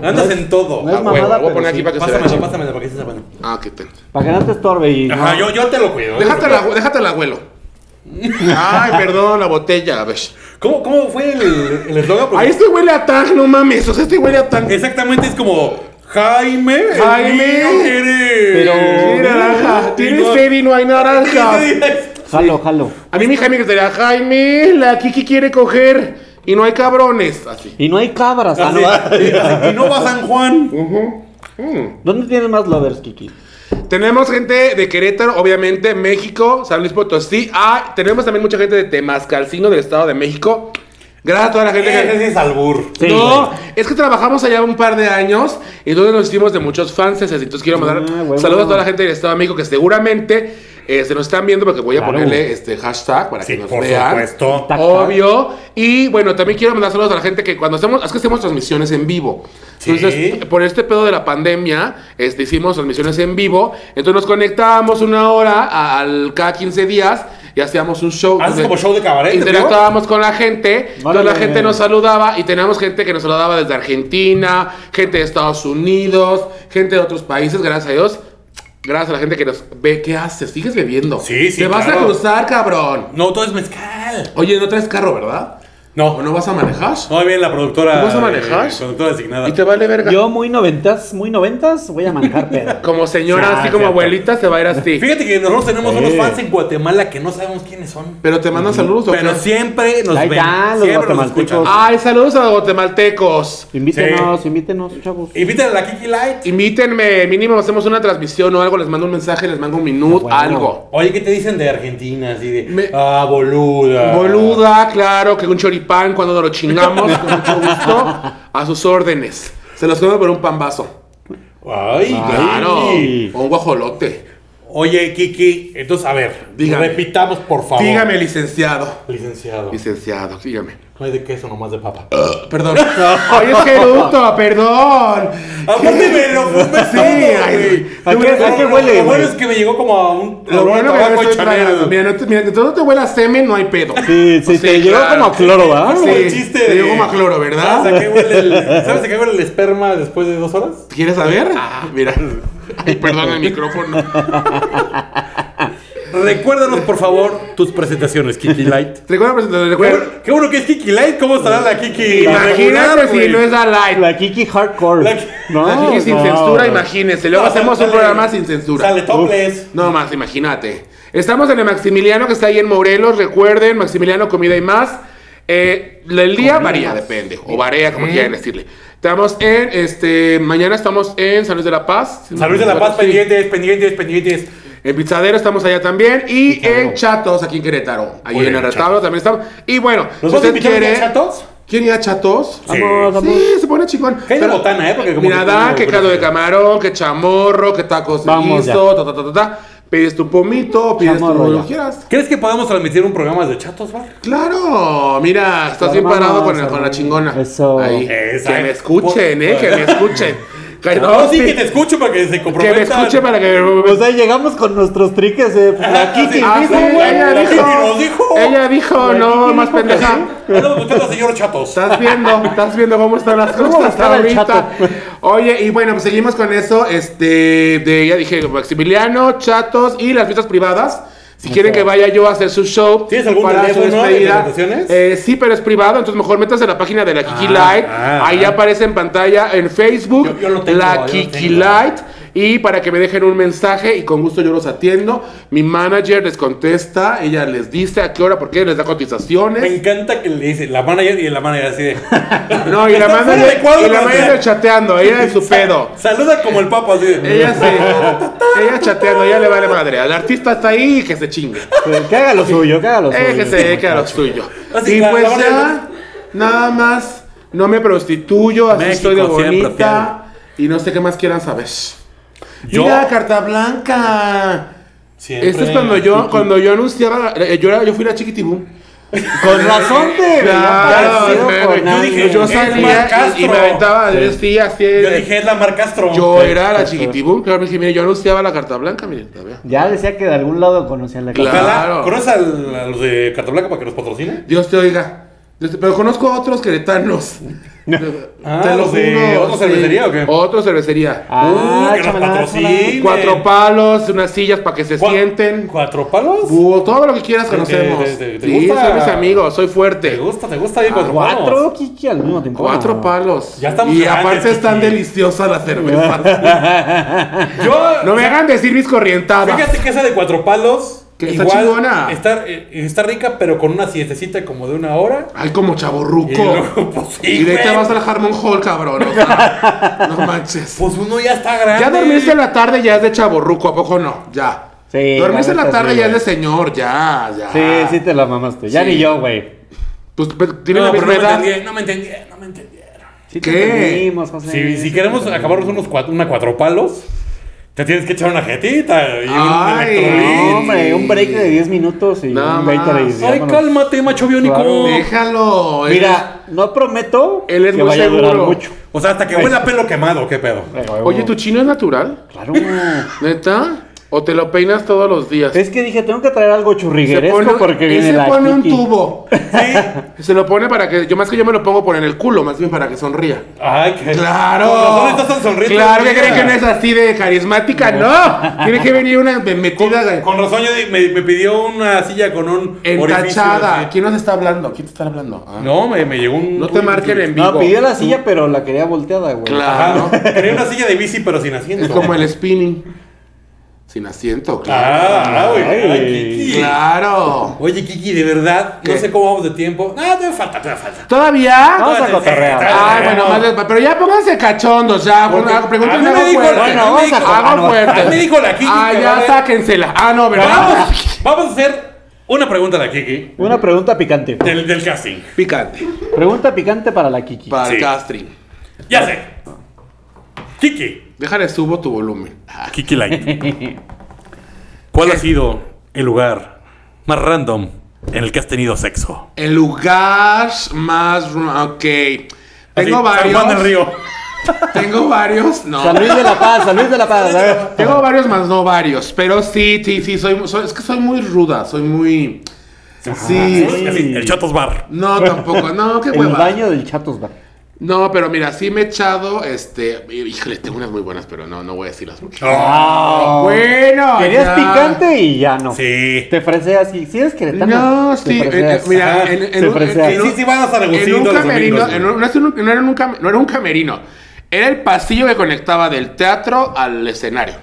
Speaker 3: andas en todo.
Speaker 2: No
Speaker 4: A
Speaker 2: es
Speaker 4: huevo,
Speaker 2: mamada,
Speaker 4: Voy a
Speaker 2: pero
Speaker 4: poner aquí
Speaker 2: sí.
Speaker 4: para que se vea.
Speaker 3: Pásamelo,
Speaker 4: chido.
Speaker 3: pásamelo, para que se sepa.
Speaker 4: Ah, qué ten.
Speaker 2: Para que no te estorbe y.
Speaker 3: Ajá,
Speaker 2: no.
Speaker 3: yo, yo te lo cuido.
Speaker 4: Déjatela, déjatela, abuelo. Ay, perdón, la botella, a ver.
Speaker 3: ¿Cómo, cómo fue el el eslogan? Porque
Speaker 4: Ay, este huele a tan, no mames. O sea, este huele a tan.
Speaker 3: Exactamente, es como Jaime. el
Speaker 4: Jaime.
Speaker 3: niño quiere-
Speaker 2: Pero-
Speaker 4: Tiene naranja. Tiene sed y no hay naranja.
Speaker 2: Jalo, jalo.
Speaker 4: A mí mi Jaime gritaría, Jaime, la Kiki quiere coger y no hay cabrones. Así.
Speaker 2: Y no hay cabras. ah, no.
Speaker 3: Y no va San Juan.
Speaker 2: ¿Dónde tienes más lovers, Kiki?
Speaker 4: Tenemos gente de Querétaro, obviamente, México, San Luis Potosí. Ah, tenemos también mucha gente de Temascalcino, del Estado de México. Gracias a toda la gente que...
Speaker 3: Ese es albur.
Speaker 2: Sí,
Speaker 4: no,
Speaker 2: güey.
Speaker 4: es que trabajamos allá un par de años y entonces nos hicimos de muchos fans. Entonces quiero mandar
Speaker 2: Ah, huevo.
Speaker 4: saludos a toda la gente del Estado de México que seguramente eh, se nos están viendo porque voy a
Speaker 2: Claro.
Speaker 4: ponerle este hashtag para
Speaker 3: Sí,
Speaker 4: que nos
Speaker 3: por
Speaker 4: vean.
Speaker 3: supuesto.
Speaker 2: Tac, tac.
Speaker 4: Obvio. Y bueno, también quiero mandar saludos a la gente que cuando hacemos, es que hacemos transmisiones en vivo.
Speaker 3: Sí.
Speaker 4: Entonces, por este pedo de la pandemia, este, hicimos transmisiones en vivo. Entonces nos conectábamos una hora a- al cada 15 días y hacíamos un show.
Speaker 3: ¿Haces
Speaker 4: Entonces,
Speaker 3: Ah, como show de cabaret, en vivo?
Speaker 4: Interactuábamos con la gente. Entonces la
Speaker 2: Órale.
Speaker 4: gente nos saludaba y teníamos gente que nos saludaba desde Argentina, gente de Estados Unidos, gente de otros países, gracias a Dios. Gracias a la gente que nos ve. ¿Qué haces? Sigues bebiendo.
Speaker 3: Sí, sí,
Speaker 4: Te vas
Speaker 3: claro.
Speaker 4: a cruzar, cabrón.
Speaker 3: No, todo es mezcal.
Speaker 4: Oye, no traes carro, ¿verdad?
Speaker 3: No,
Speaker 4: ¿O no vas a manejar?
Speaker 3: no, bien la productora.
Speaker 4: ¿Cómo se maneja?
Speaker 3: eh, productora designada.
Speaker 4: ¿Y te vale verga?
Speaker 2: Yo muy noventas, muy noventas, voy a manejar pedo.
Speaker 4: Como señora,
Speaker 2: Ah,
Speaker 4: así
Speaker 2: cierto.
Speaker 4: como abuelita, se va a ir así.
Speaker 3: Fíjate que nosotros tenemos
Speaker 2: Sí.
Speaker 3: unos fans en Guatemala que no sabemos quiénes son.
Speaker 4: Pero te mandan saludos, ¿o
Speaker 3: Pero
Speaker 4: qué?
Speaker 3: siempre nos
Speaker 2: Ahí
Speaker 3: ven.
Speaker 2: están los
Speaker 3: siempre nos
Speaker 2: guatemaltecos.
Speaker 3: escuchan.
Speaker 4: Ay, saludos a los guatemaltecos.
Speaker 2: Invítenos, invítenos, chavos.
Speaker 3: Ah, Invítale a la Kiki Light.
Speaker 4: Invítenme, mínimo hacemos una transmisión o algo, les mando un mensaje, les mando un minuto,
Speaker 2: Bueno.
Speaker 4: algo.
Speaker 3: Oye, ¿qué te dicen de Argentina? Así de.
Speaker 4: Me-
Speaker 3: Ah, boluda.
Speaker 4: Boluda, claro, que un choripán cuando nos lo chingamos, con mucho gusto, a sus órdenes. Se los come por un pambazo.
Speaker 3: Ay,
Speaker 4: Claro.
Speaker 3: ay.
Speaker 4: O un guajolote.
Speaker 3: Oye, Kiki, entonces, a ver.
Speaker 4: Dígame.
Speaker 3: Repitamos, por favor.
Speaker 4: Dígame, licenciado.
Speaker 3: Licenciado.
Speaker 4: Licenciado, dígame.
Speaker 3: No hay de queso, nomás de papa.
Speaker 4: Perdón. Ay, es Geruto, perdón.
Speaker 3: Aparte me lo fumé
Speaker 4: Sí,
Speaker 3: todo,
Speaker 4: ay,
Speaker 3: güey.
Speaker 2: ¿a qué- a qué
Speaker 3: Lo-
Speaker 2: huele,
Speaker 3: Lo
Speaker 2: güey?
Speaker 3: bueno es que me llegó como a un
Speaker 4: Lo
Speaker 3: olor a
Speaker 4: bueno que no
Speaker 3: tabaco
Speaker 4: estoy
Speaker 3: y Chanel.
Speaker 4: tragando. Mira, no te, mira, todo te huele a semen, no hay pedo.
Speaker 2: Sí, sí,
Speaker 4: O sea,
Speaker 2: te llegó
Speaker 4: pues claro.
Speaker 2: como a cloro, ¿va?
Speaker 3: Como el
Speaker 4: Sí,
Speaker 3: chiste
Speaker 4: te
Speaker 3: de-
Speaker 4: llegó como a cloro, ¿verdad?
Speaker 3: ¿Sabes a qué huele el, ¿sabes a qué huele el esperma después de dos horas?
Speaker 4: ¿Quieres saber? Ah, mira. Ay, perdón el micrófono.
Speaker 3: Recuérdanos, por favor, tus presentaciones, Kiki Light.
Speaker 4: Recuerda presentar,
Speaker 3: Qué
Speaker 4: recuerda.
Speaker 3: bueno, qué bueno que es Kiki Light. ¿Cómo estará la Kiki?
Speaker 4: Imagínate
Speaker 3: regular,
Speaker 4: si
Speaker 3: güey?
Speaker 4: no es la live.
Speaker 2: La Kiki Hardcore.
Speaker 3: La Ki-
Speaker 2: No,
Speaker 4: La Kiki sin
Speaker 2: no,
Speaker 4: censura,
Speaker 2: no.
Speaker 4: imagínense. Luego
Speaker 3: No,
Speaker 4: hacemos
Speaker 3: sale-
Speaker 4: un programa sin censura.
Speaker 3: Sale toples.
Speaker 4: No más, imagínate. Estamos en el Maximiliano que está ahí en Morelos. Recuerden, Maximiliano Comida y Más. Eh, el día varía, depende. O varía, como quieran decirle. Estamos en, este, mañana estamos en San Luis de la Paz.
Speaker 3: San Luis de la Paz, pues.
Speaker 4: Sí.
Speaker 3: pendientes, pendientes, pendientes.
Speaker 4: En Pizzadero estamos allá también. Y en Chatos, aquí en Querétaro. Ahí
Speaker 3: Muy
Speaker 4: en
Speaker 3: bien,
Speaker 4: el retablo también estamos. Y bueno,
Speaker 3: ¿Nos
Speaker 4: si
Speaker 3: vas a
Speaker 4: usted
Speaker 3: invitar a
Speaker 4: quiere...
Speaker 3: los chatos?
Speaker 4: ¿Quién iba a Chatos?
Speaker 2: Vamos,
Speaker 3: Sí.
Speaker 2: vamos.
Speaker 4: Sí, se pone chingón.
Speaker 3: Que hay de botana, ¿eh? Porque como
Speaker 4: mira,
Speaker 3: que
Speaker 4: da
Speaker 3: tiene
Speaker 4: que
Speaker 3: buena
Speaker 4: caldo de
Speaker 3: calidad.
Speaker 4: camarón, que chamorro, que tacos de
Speaker 2: Vamos
Speaker 4: guiso, ta, ta, ta, ta, ta. Pides tu pomito, pides
Speaker 2: Chamorro
Speaker 4: tu lo
Speaker 2: ya.
Speaker 4: que quieras.
Speaker 3: ¿Crees que podamos transmitir un programa de chatos, Bar?
Speaker 4: Claro, mira, estás bien
Speaker 2: Armamos,
Speaker 4: parado con, el- con la
Speaker 2: armamos.
Speaker 4: chingona.
Speaker 2: Eso.
Speaker 4: Ahí.
Speaker 3: Esa.
Speaker 4: Que me escuchen, eh, que me escuchen. Que
Speaker 3: No, sí,
Speaker 4: sí,
Speaker 3: que te escucho para que se
Speaker 4: que
Speaker 3: comprometan.
Speaker 4: me escuchen para que
Speaker 2: O sea, Pues llegamos con nuestros triques de. Pues, la Kiki
Speaker 3: Ah,
Speaker 2: dijo,
Speaker 4: sí,
Speaker 2: güey.
Speaker 4: ella
Speaker 3: la
Speaker 4: dijo,
Speaker 3: Kiki nos dijo.
Speaker 4: Ella dijo,
Speaker 2: La
Speaker 4: no,
Speaker 2: Kiki dijo
Speaker 4: más
Speaker 2: que
Speaker 4: pendeja.
Speaker 3: Ah,
Speaker 2: sí.
Speaker 3: Andamos buscando al pues, señor Chatos.
Speaker 4: Estás viendo, estás viendo cómo están las
Speaker 2: ¿Cómo
Speaker 4: cosas
Speaker 2: estaba el
Speaker 4: ahorita.
Speaker 2: chato?
Speaker 4: Oye, y bueno, pues seguimos con eso, este, de, ya dije, Maximiliano, Chatos y las fiestas privadas. Si quieren que vaya yo a hacer su show.
Speaker 3: ¿Tienes algún teléfono de presentaciones?
Speaker 4: eh, sí, pero es privado, entonces mejor métanse a la página de la Kiki
Speaker 3: Ah,
Speaker 4: Light.
Speaker 3: ah,
Speaker 4: ahí
Speaker 3: ah.
Speaker 4: aparece en pantalla en Facebook
Speaker 3: Yo- yo lo tengo, yo
Speaker 4: la
Speaker 3: lo
Speaker 4: Kiki
Speaker 3: tengo.
Speaker 4: Light. Y para que me dejen un mensaje y con gusto yo los atiendo. Mi manager les contesta, ella les dice a qué hora, por qué les da cotizaciones.
Speaker 3: Me encanta que le dice la manager y la manager así de.
Speaker 4: No, y la
Speaker 3: Está fuera
Speaker 4: manager,
Speaker 3: de cuadro,
Speaker 4: y la
Speaker 3: o sea.
Speaker 4: manager chateando, ella de su
Speaker 3: Sa-
Speaker 4: pedo.
Speaker 3: Saluda como el papa así de. "Mm,
Speaker 4: Ella se. Ella chateando, ella le vale madre. Al artista está ahí y que se chingue.
Speaker 2: Pues, que haga lo suyo, que haga lo suyo.
Speaker 4: Eh, que se dedique a lo suyo.
Speaker 3: Así
Speaker 4: Y
Speaker 3: la-
Speaker 4: pues
Speaker 3: la manager-
Speaker 4: ya, nada más. No me prostituyo, así
Speaker 3: México
Speaker 4: estoy de
Speaker 3: siempre
Speaker 4: bonita. Y no sé qué más quieran saber.
Speaker 3: Yo-
Speaker 4: Mira, carta blanca.
Speaker 3: Siempre.
Speaker 4: Esto es cuando yo, cuando yo anunciaba, eh, yo, era- yo fui la chiquitibú.
Speaker 2: Con razón te veía
Speaker 4: Claro,
Speaker 2: parecido
Speaker 4: me-
Speaker 2: con
Speaker 4: yo
Speaker 2: Ana.
Speaker 3: dije,
Speaker 4: Yo
Speaker 3: es Mar
Speaker 4: salía y- y,
Speaker 3: Castro.
Speaker 4: me aventaba de sí, así.
Speaker 3: Yo dije, es la Mar Castro.
Speaker 4: Yo era la chiquitibú, claro, dije, mire, yo anunciaba la carta blanca, miren, todavía.
Speaker 2: Ya decía que de algún lado conocía la
Speaker 4: Claro.
Speaker 2: cara.
Speaker 3: Ojalá. ¿Conoces al- a los de Cartablanca para que nos patrocinen?
Speaker 4: Dios te oiga. Dios te- Pero conozco a otros queretanos.
Speaker 3: Ah,
Speaker 4: Te
Speaker 3: ¿los de
Speaker 4: juro,
Speaker 3: otra
Speaker 4: sí.
Speaker 3: cervecería o qué?
Speaker 4: Otra cervecería.
Speaker 2: Ah,
Speaker 3: Uy, que nos
Speaker 2: chamalá,
Speaker 3: patrocine.
Speaker 4: Cuatro palos, unas sillas para que se
Speaker 3: Cua-
Speaker 4: sienten.
Speaker 3: ¿Cuatro palos?
Speaker 4: Uh, todo lo que quieras
Speaker 3: Te- te-
Speaker 4: conocemos.
Speaker 3: te- te- te
Speaker 4: Sí,
Speaker 3: gusta.
Speaker 4: son mis amigos, soy
Speaker 3: ¿Te
Speaker 4: fuerte.
Speaker 3: gusta? ¿Te gusta ahí cuatro,
Speaker 2: Cuatro,
Speaker 3: palos?
Speaker 2: Kiki, al mismo tiempo.
Speaker 4: Cuatro
Speaker 2: No.
Speaker 4: palos.
Speaker 3: Ya estamos
Speaker 4: y
Speaker 3: grandes,
Speaker 4: aparte están
Speaker 3: Kiki.
Speaker 4: deliciosas las cervezas.
Speaker 3: Yo.
Speaker 4: no me hagan decir mis corrientadas.
Speaker 3: Fíjate que esa de cuatro palos.
Speaker 4: Que está chingona.
Speaker 3: Está, eh, está rica, pero con una siestecita como de una hora.
Speaker 4: Ay, como chaborruco.
Speaker 3: Y
Speaker 4: Y,
Speaker 3: luego, pues sí,
Speaker 4: de
Speaker 3: güey.
Speaker 4: hecho vas al Harmon Hall, cabrón. o sea, no manches.
Speaker 3: Pues uno ya está grande.
Speaker 4: Ya dormirse en la tarde ya es de chaborruco, ¿a poco no? Ya.
Speaker 2: Sí,
Speaker 4: dormirse
Speaker 2: la
Speaker 4: en la
Speaker 2: neta
Speaker 4: tarde
Speaker 2: sí,
Speaker 4: ya es de
Speaker 2: güey.
Speaker 4: señor, ya, ya.
Speaker 2: Sí, sí te la mamaste. Ya
Speaker 4: Sí.
Speaker 2: ni yo, güey.
Speaker 4: Pues pero tiene
Speaker 3: No,
Speaker 4: la
Speaker 3: pero
Speaker 4: misma
Speaker 3: no me
Speaker 4: edad.
Speaker 3: entendieron, no me entendieron, no me entendieron.
Speaker 2: Sí
Speaker 4: ¿Qué?
Speaker 2: te entendimos, José.
Speaker 3: Si, si
Speaker 2: Sí
Speaker 3: queremos
Speaker 2: te
Speaker 3: acabarnos unos cuatro, una cuatro palos, te tienes que echar una jetita y un
Speaker 4: Ay,
Speaker 3: electrolit.
Speaker 2: No, hombre, un break de 10 minutos y
Speaker 4: Nada
Speaker 2: un 20
Speaker 4: más.
Speaker 2: de
Speaker 3: Ay, cálmate, macho biónico.
Speaker 2: Claro.
Speaker 4: Déjalo. eh. él
Speaker 2: Mira, no prometo
Speaker 4: Él es
Speaker 2: que
Speaker 4: muy
Speaker 2: vaya a durar
Speaker 4: seguro.
Speaker 2: mucho.
Speaker 3: O sea, hasta que huela a pelo quemado, qué pedo.
Speaker 4: es- Oye, ¿tu chino es natural?
Speaker 2: Claro.
Speaker 4: ¿Neta? ¿O te lo peinas todos los días?
Speaker 2: Es que dije, tengo que traer algo
Speaker 4: se
Speaker 2: churrigueresco
Speaker 4: pone,
Speaker 2: porque
Speaker 4: él
Speaker 2: viene
Speaker 4: se
Speaker 2: la
Speaker 4: pone un
Speaker 2: Kiki.
Speaker 4: tubo.
Speaker 3: Sí.
Speaker 4: Se lo pone para que. Yo más que yo me lo pongo por en el culo, más bien para que sonría.
Speaker 3: Ay, qué. Con
Speaker 4: Claro.
Speaker 3: razón estás tan sonriente.
Speaker 4: Claro, ¿qué
Speaker 3: mira.
Speaker 4: creen que no es así de carismática? No. Tiene que venir una metida de-
Speaker 3: Con razón yo di- me, me pidió una silla con un orificio,
Speaker 4: entachada.
Speaker 3: sí.
Speaker 4: ¿Quién nos está hablando? ¿Quién te está hablando? Ah.
Speaker 3: No, me, me llegó un.
Speaker 4: No te
Speaker 3: un-
Speaker 4: marquen en vivo.
Speaker 2: No, pidió la silla, pero la quería volteada, güey.
Speaker 4: Claro.
Speaker 3: Ajá. Quería una silla de bici, pero sin asiento.
Speaker 4: Es como el spinning. Sin asiento, claro.
Speaker 3: Ah, güey. Ay,
Speaker 2: Ay.
Speaker 3: Kiki.
Speaker 4: Claro.
Speaker 3: Oye, Kiki, de verdad, no
Speaker 4: ¿Qué?
Speaker 3: sé cómo vamos de tiempo. Ah, te falta, te falta.
Speaker 4: ¿Todavía?
Speaker 2: Vamos a
Speaker 3: Sí,
Speaker 2: cotorrear.
Speaker 3: sí, sí, sí,
Speaker 4: Ay, Ah, bueno,
Speaker 3: no.
Speaker 4: más les va- pero ya pónganse cachondos, ya.
Speaker 3: Porque
Speaker 4: bueno,
Speaker 3: a
Speaker 4: Pregunten
Speaker 3: mí me
Speaker 4: algo
Speaker 3: dijo la-
Speaker 4: fuerte.
Speaker 3: a mí me
Speaker 4: Hagan
Speaker 3: dijo-
Speaker 4: hagan
Speaker 2: ah, no,
Speaker 4: fuerte.
Speaker 3: a mí me dijo la Kiki
Speaker 4: Ah,
Speaker 3: que va a
Speaker 4: ya,
Speaker 3: ver-
Speaker 4: sáquensela. Ah, no, ¿verdad?
Speaker 3: Vamos, vamos a hacer una pregunta a la Kiki
Speaker 2: Una pregunta picante.
Speaker 3: del, del casting.
Speaker 4: Picante.
Speaker 2: Pregunta picante para la Kiki.
Speaker 4: Para
Speaker 3: Sí.
Speaker 4: el casting.
Speaker 3: Ya sé. Kiki.
Speaker 4: Déjale, subo tu volumen.
Speaker 3: Kiki Light. ¿Cuál ha sido el lugar más random en el que has tenido sexo?
Speaker 4: El lugar más. ra- Ok. Tengo
Speaker 3: Así, San
Speaker 4: varios.
Speaker 3: Juan del Río.
Speaker 4: Tengo varios. No.
Speaker 2: San Luis de la Paz, San Luis de la Paz. a ver.
Speaker 4: Tengo varios más, no varios. Pero sí, sí, sí. Soy, soy- es que soy muy ruda. Soy muy. Sí.
Speaker 3: Así, El Chatos Bar.
Speaker 4: No, tampoco. No, qué
Speaker 2: El
Speaker 4: hueva.
Speaker 2: baño del Chatos Bar.
Speaker 4: No, pero mira, sí me he echado, este, híjole, tengo unas muy buenas, pero no, no voy a decirlas porque.
Speaker 2: Ah,
Speaker 4: Bueno,
Speaker 2: Querías
Speaker 4: ya.
Speaker 2: picante y ya no.
Speaker 3: Sí.
Speaker 2: Te freseas y si eres queretano.
Speaker 4: No,
Speaker 2: te
Speaker 4: sí, eh,
Speaker 2: freseas.
Speaker 4: mira,
Speaker 3: Ajá,
Speaker 4: en, en
Speaker 2: se
Speaker 4: un,
Speaker 2: fresea.
Speaker 4: en
Speaker 3: Sí,
Speaker 4: un-
Speaker 3: sí, sí, van a San
Speaker 4: en
Speaker 3: Agustín
Speaker 4: un
Speaker 3: todos los
Speaker 4: camerino,
Speaker 3: domingos,
Speaker 4: en
Speaker 3: güey.
Speaker 4: un- no, es un- no era un cam- no era un camerino, era el pasillo que conectaba del teatro al escenario.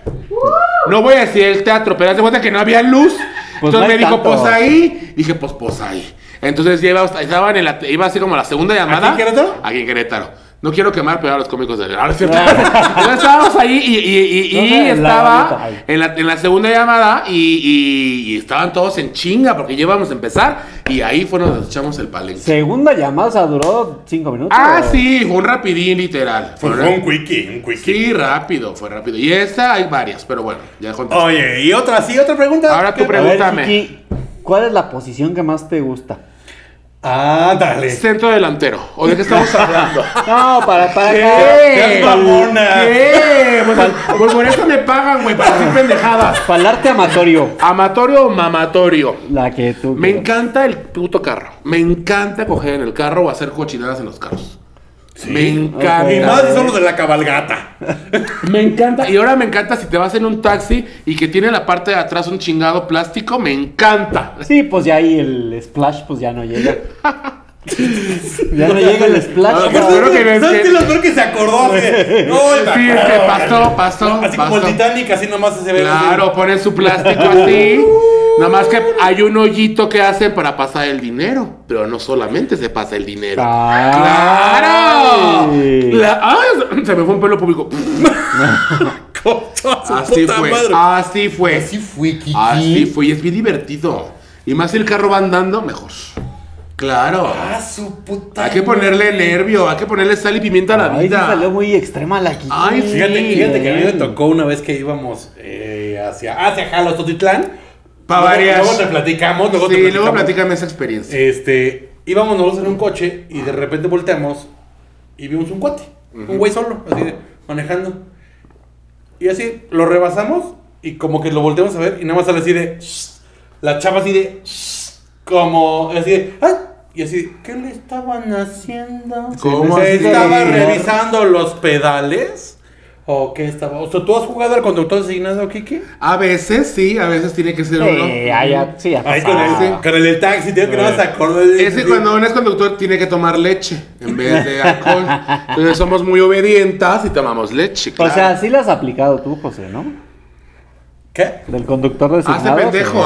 Speaker 4: No voy a decir el teatro, pero haz de cuenta que no había luz.
Speaker 2: Pues no
Speaker 4: Entonces
Speaker 2: hay
Speaker 4: me dijo,
Speaker 2: tanto.
Speaker 4: pues ahí. Dije, pues, pues ahí. Entonces ya iba, estaban en la, iba así como a la segunda llamada.
Speaker 3: ¿Aquí en Querétaro?
Speaker 4: Aquí en Querétaro. No quiero quemar, pero a los cómicos de... Ahora es cierto. Entonces estábamos ahí y, y- y- y
Speaker 2: No, no, en la
Speaker 4: estaba
Speaker 2: boleta, ahí.
Speaker 4: en la, en la segunda llamada y, y- y estaban todos en chinga porque ya íbamos a empezar y ahí fue donde nos echamos el palenque.
Speaker 2: Segunda llamada, o sea, duró cinco minutos.
Speaker 4: Ah,
Speaker 2: güey.
Speaker 4: sí, fue un rapidín literal.
Speaker 3: Fue un
Speaker 4: Fue ra-
Speaker 3: quickie, un quickie.
Speaker 4: Sí, rápido, fue rápido. Y esta hay varias, pero bueno, ya conté.
Speaker 3: Oye, y otra, sí, otra pregunta.
Speaker 4: Ahora tú
Speaker 2: A ver,
Speaker 4: pregúntame.
Speaker 2: Kiki, ¿cuál es la posición que más te gusta?
Speaker 3: Ah, dale.
Speaker 4: Centro delantero. ¿O de qué estamos hablando?
Speaker 2: No, para, para
Speaker 3: Seas
Speaker 2: acá.
Speaker 3: mamona.
Speaker 4: ¿Qué? Pues, pues por eso me pagan, güey, para decir pendejadas.
Speaker 2: Palarte amatorio.
Speaker 4: Amatorio o mamatorio.
Speaker 2: La que tú.
Speaker 4: Me
Speaker 2: quieras.
Speaker 4: encanta el puto carro. Me encanta coger en el carro o hacer cochinadas en los carros. Me encanta.
Speaker 3: Y más si son los de la cabalgata.
Speaker 4: Me encanta. Y ahora me encanta si te vas en un taxi y que tiene la parte de atrás un chingado plástico. Me encanta.
Speaker 2: Sí, pues ya ahí el splash pues ya no llega. ya no llega el
Speaker 4: Ah,
Speaker 2: splash.
Speaker 4: pero
Speaker 2: cabrón.
Speaker 4: creo que no es
Speaker 3: ¿Sabes qué
Speaker 4: que-
Speaker 3: es lo peor que se acordó? Así de, no, el-
Speaker 4: Sí, es que pasó, pasó,
Speaker 3: Así
Speaker 4: pasó.
Speaker 3: como el Titanic, así nomás se ve.
Speaker 4: Claro, ponen su plástico así. Nada más que hay un hoyito que hacen para pasar el dinero. Pero no solamente se pasa el dinero. ¡Claro!
Speaker 2: Ay.
Speaker 4: La- ¡Ah! Se me fue un pelo público.
Speaker 3: así, con toda su
Speaker 4: Así
Speaker 3: puta
Speaker 4: fue.
Speaker 3: madre.
Speaker 4: Así fue.
Speaker 3: Así fue, Kiki.
Speaker 4: Así fue. Y es bien divertido. Y más si el carro va andando, mejor. Claro.
Speaker 3: Ah, su puta.
Speaker 4: Hay que ponerle nervio, hay que ponerle sal y pimienta a la
Speaker 2: Ay, sí
Speaker 4: vida.
Speaker 2: salió muy extrema la Kiki.
Speaker 4: Ay, sí.
Speaker 3: Fíjate, fíjate que a mí me
Speaker 2: bien.
Speaker 3: tocó una vez que íbamos eh, hacia, hacia Jalos, Totitlán.
Speaker 4: Pa'
Speaker 3: Luego-
Speaker 4: varias.
Speaker 3: Luego te platicamos, luego te
Speaker 4: sí,
Speaker 3: platicamos.
Speaker 4: luego platícame esa experiencia.
Speaker 3: Este, íbamos nosotros en un coche y de repente volteamos y vimos un cuate, un güey solo, así de, manejando. Y así lo rebasamos y como que lo volteamos a ver y nada más sale así de, "Shh". la chava así de, "Shh", como así de, ¡ay! Y así, ¿qué le estaban haciendo?
Speaker 4: ¿Cómo
Speaker 3: ¿Se
Speaker 4: así?
Speaker 3: estaba revisando los pedales? ¿O qué estaba? O sea, ¿tú has jugado al conductor designado, Kiki?
Speaker 4: A veces sí, a veces tiene que ser uno.
Speaker 2: Sí, ay, ya- sí, ya
Speaker 3: Ahí con
Speaker 2: pasaba.
Speaker 3: el, con el del taxi, tengo que no se acordó de
Speaker 4: Ah. Ese cuando uno es conductor tiene que tomar leche en vez de alcohol. Entonces somos muy obedientas y tomamos leche.
Speaker 2: O
Speaker 4: Claro.
Speaker 2: sea, sí las has aplicado tú, José, ¿no?
Speaker 3: ¿Qué?
Speaker 2: Del conductor de
Speaker 4: Hace Ah, pendejo,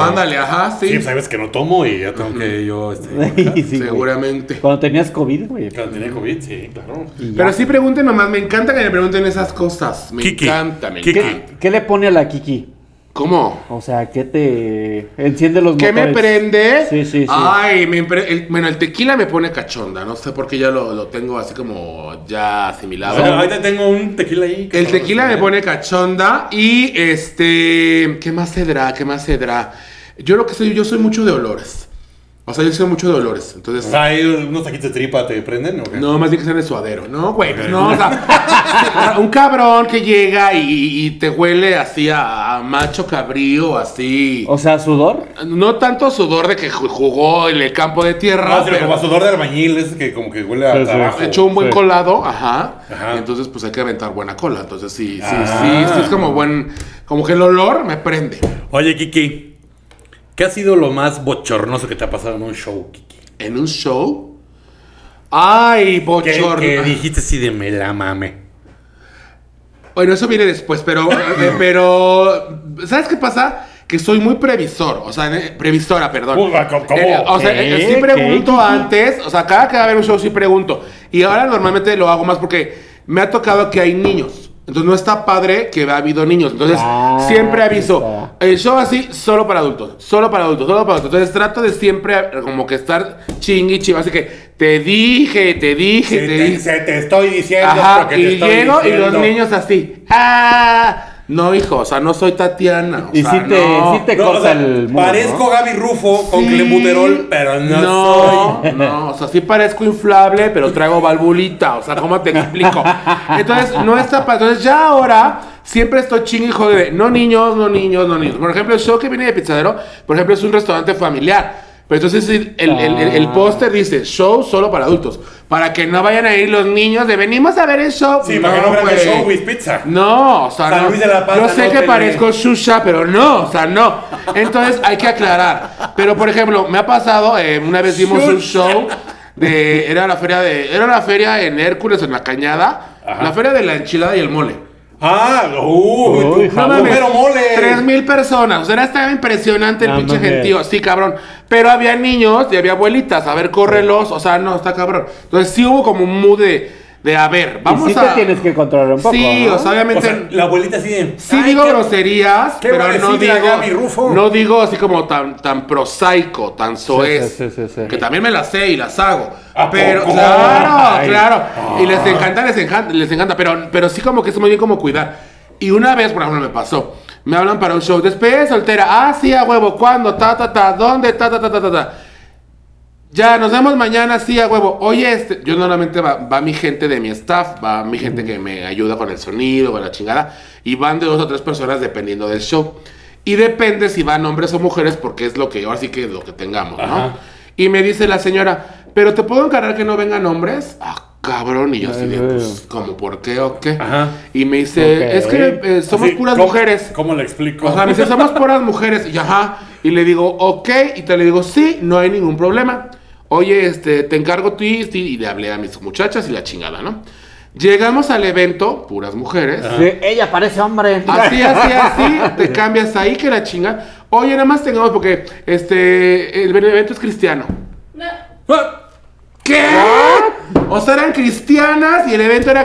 Speaker 4: ándale, ajá,
Speaker 3: Sí,
Speaker 4: sí.
Speaker 3: pues, sabes que no tomo y ya tengo que yo. Este, manejar.
Speaker 4: Seguramente.
Speaker 2: Cuando tenías COVID, güey.
Speaker 3: Claro, tenía COVID, sí, claro.
Speaker 2: Y ya.
Speaker 4: Pero sí pregunten nomás, me encanta que me pregunten esas cosas. Me
Speaker 3: Kiki,
Speaker 4: encanta, me
Speaker 3: Kiki.
Speaker 4: encanta.
Speaker 2: ¿Qué, qué le pone a la Kiki?
Speaker 4: ¿Cómo?
Speaker 2: O sea, ¿qué te enciende los
Speaker 4: ¿Qué me
Speaker 2: motores?
Speaker 4: prende?
Speaker 2: Sí, sí, sí.
Speaker 4: Ay, me pre- el- bueno, el tequila me pone cachonda. No sé por qué ya lo, lo tengo así como ya asimilado.
Speaker 3: Bueno, ahorita tengo un tequila ahí. que
Speaker 4: El
Speaker 3: no-
Speaker 4: tequila
Speaker 2: eh.
Speaker 4: me pone cachonda y este, ¿qué más cedrá? ¿Qué más cedrá? Yo lo que soy, yo soy mucho de olores. O sea, yo soy mucho de olores.
Speaker 3: O
Speaker 4: Entonces,
Speaker 2: Ah.
Speaker 3: sea, hay unos taquitos de tripa, ¿te prenden o qué?
Speaker 4: no, más bien que sea en el suadero. No, güey, pues no, o sea, un cabrón que llega y, y te huele así a, a macho cabrío, así.
Speaker 2: O sea, sudor.
Speaker 4: no tanto sudor de que ju- jugó en el campo de tierra,
Speaker 3: No, sino
Speaker 4: pero
Speaker 3: como a sudor de albañil, es que como que huele a
Speaker 2: Sí, sí.
Speaker 3: trabajo.
Speaker 4: echó un buen
Speaker 2: Sí.
Speaker 4: colado, ajá,
Speaker 3: Ajá.
Speaker 4: Entonces, pues hay que aventar buena cola. Entonces, sí, sí,
Speaker 3: Ah.
Speaker 4: sí, sí, es como buen. Como que el olor me prende.
Speaker 3: Oye, Kiki, ¿qué ha sido lo más bochornoso que te ha pasado en un show, Kiki?
Speaker 4: En un show. Ay,
Speaker 3: Que,
Speaker 4: bochorno.
Speaker 3: que dijiste así de me la mame.
Speaker 4: Bueno, eso viene después, pero, eh, pero ¿sabes qué pasa? Que soy muy previsor, o sea, eh, previsora, perdón.
Speaker 3: Uy, va, ¿cómo?
Speaker 4: Eh, o sea,
Speaker 2: ¿Qué?
Speaker 4: eh, sí
Speaker 2: ¿Qué?
Speaker 4: pregunto antes, o sea, cada que va a haber un show sí pregunto. Y ahora normalmente lo hago más porque me ha tocado que hay niños. Entonces no está padre que ha habido niños. Entonces
Speaker 2: Ah,
Speaker 4: siempre aviso.
Speaker 2: está.
Speaker 4: El show así, solo para adultos, solo para adultos, solo para adultos. Entonces trato de siempre eh, como que estar ching y chiva. Así que te dije, te dije,
Speaker 3: Se
Speaker 4: te,
Speaker 3: te,
Speaker 4: dije.
Speaker 3: se te estoy diciendo
Speaker 4: Ajá,
Speaker 3: porque te
Speaker 4: y
Speaker 3: estoy
Speaker 4: llego y los
Speaker 3: diciendo.
Speaker 4: niños así. ¡Ah! No, hijo, o sea, no soy Tatiana. o
Speaker 2: Y
Speaker 4: sea,
Speaker 2: sí te-
Speaker 4: no.
Speaker 2: sí te-
Speaker 3: No, o
Speaker 2: corta
Speaker 3: sea,
Speaker 2: el muro,
Speaker 3: parezco
Speaker 2: ¿no?
Speaker 3: Gaby Rufo con
Speaker 4: Sí.
Speaker 3: Clembuterol, pero no,
Speaker 4: no,
Speaker 3: soy.
Speaker 4: no, o sea, sí parezco inflable, pero traigo valvulita, o sea, ¿cómo te explico? Entonces, no está para. Entonces, ya ahora siempre estoy chingue y jode de, no niños, no niños, no niños. Por ejemplo, el show que viene de Pizzadero, por ejemplo, es un restaurante familiar. Pero entonces el, el, el- el-
Speaker 2: Ah.
Speaker 4: el póster dice show solo para adultos. Para que no vayan a ir los niños de venimos a ver el show.
Speaker 3: Sí, para que no vean el
Speaker 4: güey.
Speaker 3: show with pizza.
Speaker 4: No, o sea,
Speaker 3: San
Speaker 4: no.
Speaker 3: Luis de la Paz,
Speaker 4: yo sé
Speaker 3: no,
Speaker 4: que
Speaker 3: Pelé.
Speaker 4: parezco Shusha, pero no, o sea, no. Entonces hay que aclarar. Pero por ejemplo, me ha pasado, eh, una vez vimos un show de, era la feria de, era la feria en Hércules, en la Cañada,
Speaker 3: Ajá.
Speaker 4: la feria de la enchilada y el mole.
Speaker 3: Ah, uy, tu
Speaker 2: Uy,
Speaker 3: tu mero mole.
Speaker 4: Tres mil personas. O sea, era- estaba impresionante el
Speaker 2: No
Speaker 4: pinche
Speaker 2: mames.
Speaker 4: gentío. Sí, cabrón. Pero había niños y había abuelitas. A ver, córrelos. O sea, no, está cabrón. Entonces sí hubo como un mood de, de a ver, vamos
Speaker 2: y sí
Speaker 4: a.
Speaker 2: te tienes que controlar un poco.
Speaker 4: sí,
Speaker 2: ¿no?
Speaker 4: o sea,
Speaker 3: O
Speaker 4: obviamente.
Speaker 3: sea, la abuelita así de.
Speaker 4: Sí
Speaker 3: "Ay,
Speaker 4: digo
Speaker 3: qué-
Speaker 4: groserías,
Speaker 3: qué va a
Speaker 4: pero no
Speaker 3: decir la Gaby
Speaker 4: digo,
Speaker 3: Rufo?
Speaker 4: no digo así como tan, tan prosaico, tan soez.
Speaker 2: sí, sí, sí.
Speaker 4: Que también me las sé y las hago.
Speaker 3: ¿A
Speaker 4: Pero,
Speaker 3: poco?
Speaker 4: claro,
Speaker 2: Ay.
Speaker 4: claro. Y les encanta, les encanta, les encanta. Pero, pero sí como que es muy bien como cuidar. Y una vez, por ejemplo, me pasó. Me hablan para un show. Después, soltera. Ah, sí, a huevo. ¿Cuándo? Ta, ta, ta. ¿Dónde? Ta, ta, ta, ta, ta, ta. Ya, nos vemos mañana, sí, a huevo. Oye, este, yo normalmente va, va mi gente de mi staff, va mi gente que me ayuda con el sonido, con la chingada, y van de dos o tres personas dependiendo del show. Y depende si van hombres o mujeres, porque es lo que, ahora sí que es lo que tengamos, ¿no?
Speaker 3: Ajá.
Speaker 4: Y me dice la señora, pero te puedo encargar que no vengan hombres. Ah, cabrón. Y yo así de,
Speaker 2: Ay, güey.
Speaker 4: pues, ¿cómo por qué o qué?
Speaker 3: Ajá.
Speaker 4: Y me dice,
Speaker 2: Ok.
Speaker 4: es que eh, somos
Speaker 3: Así,
Speaker 4: puras
Speaker 3: ¿cómo-
Speaker 4: mujeres.
Speaker 3: ¿Cómo le explico?
Speaker 4: O sea, me dice, somos puras mujeres. Y ajá. Y le digo, ok. Y te le digo, sí, no hay ningún problema. Oye, este, te encargo ti, ti. Y le hablé a mis muchachas y la chingada, ¿no? Llegamos al evento, puras mujeres.
Speaker 3: Ah.
Speaker 2: Sí, ella parece hombre.
Speaker 4: Ah. Así, así, así, te cambias ahí que la chinga. Oye, nada más tengamos porque este el evento es cristiano.
Speaker 3: Ah,
Speaker 4: ¿Qué? O sea, eran cristianas y el evento era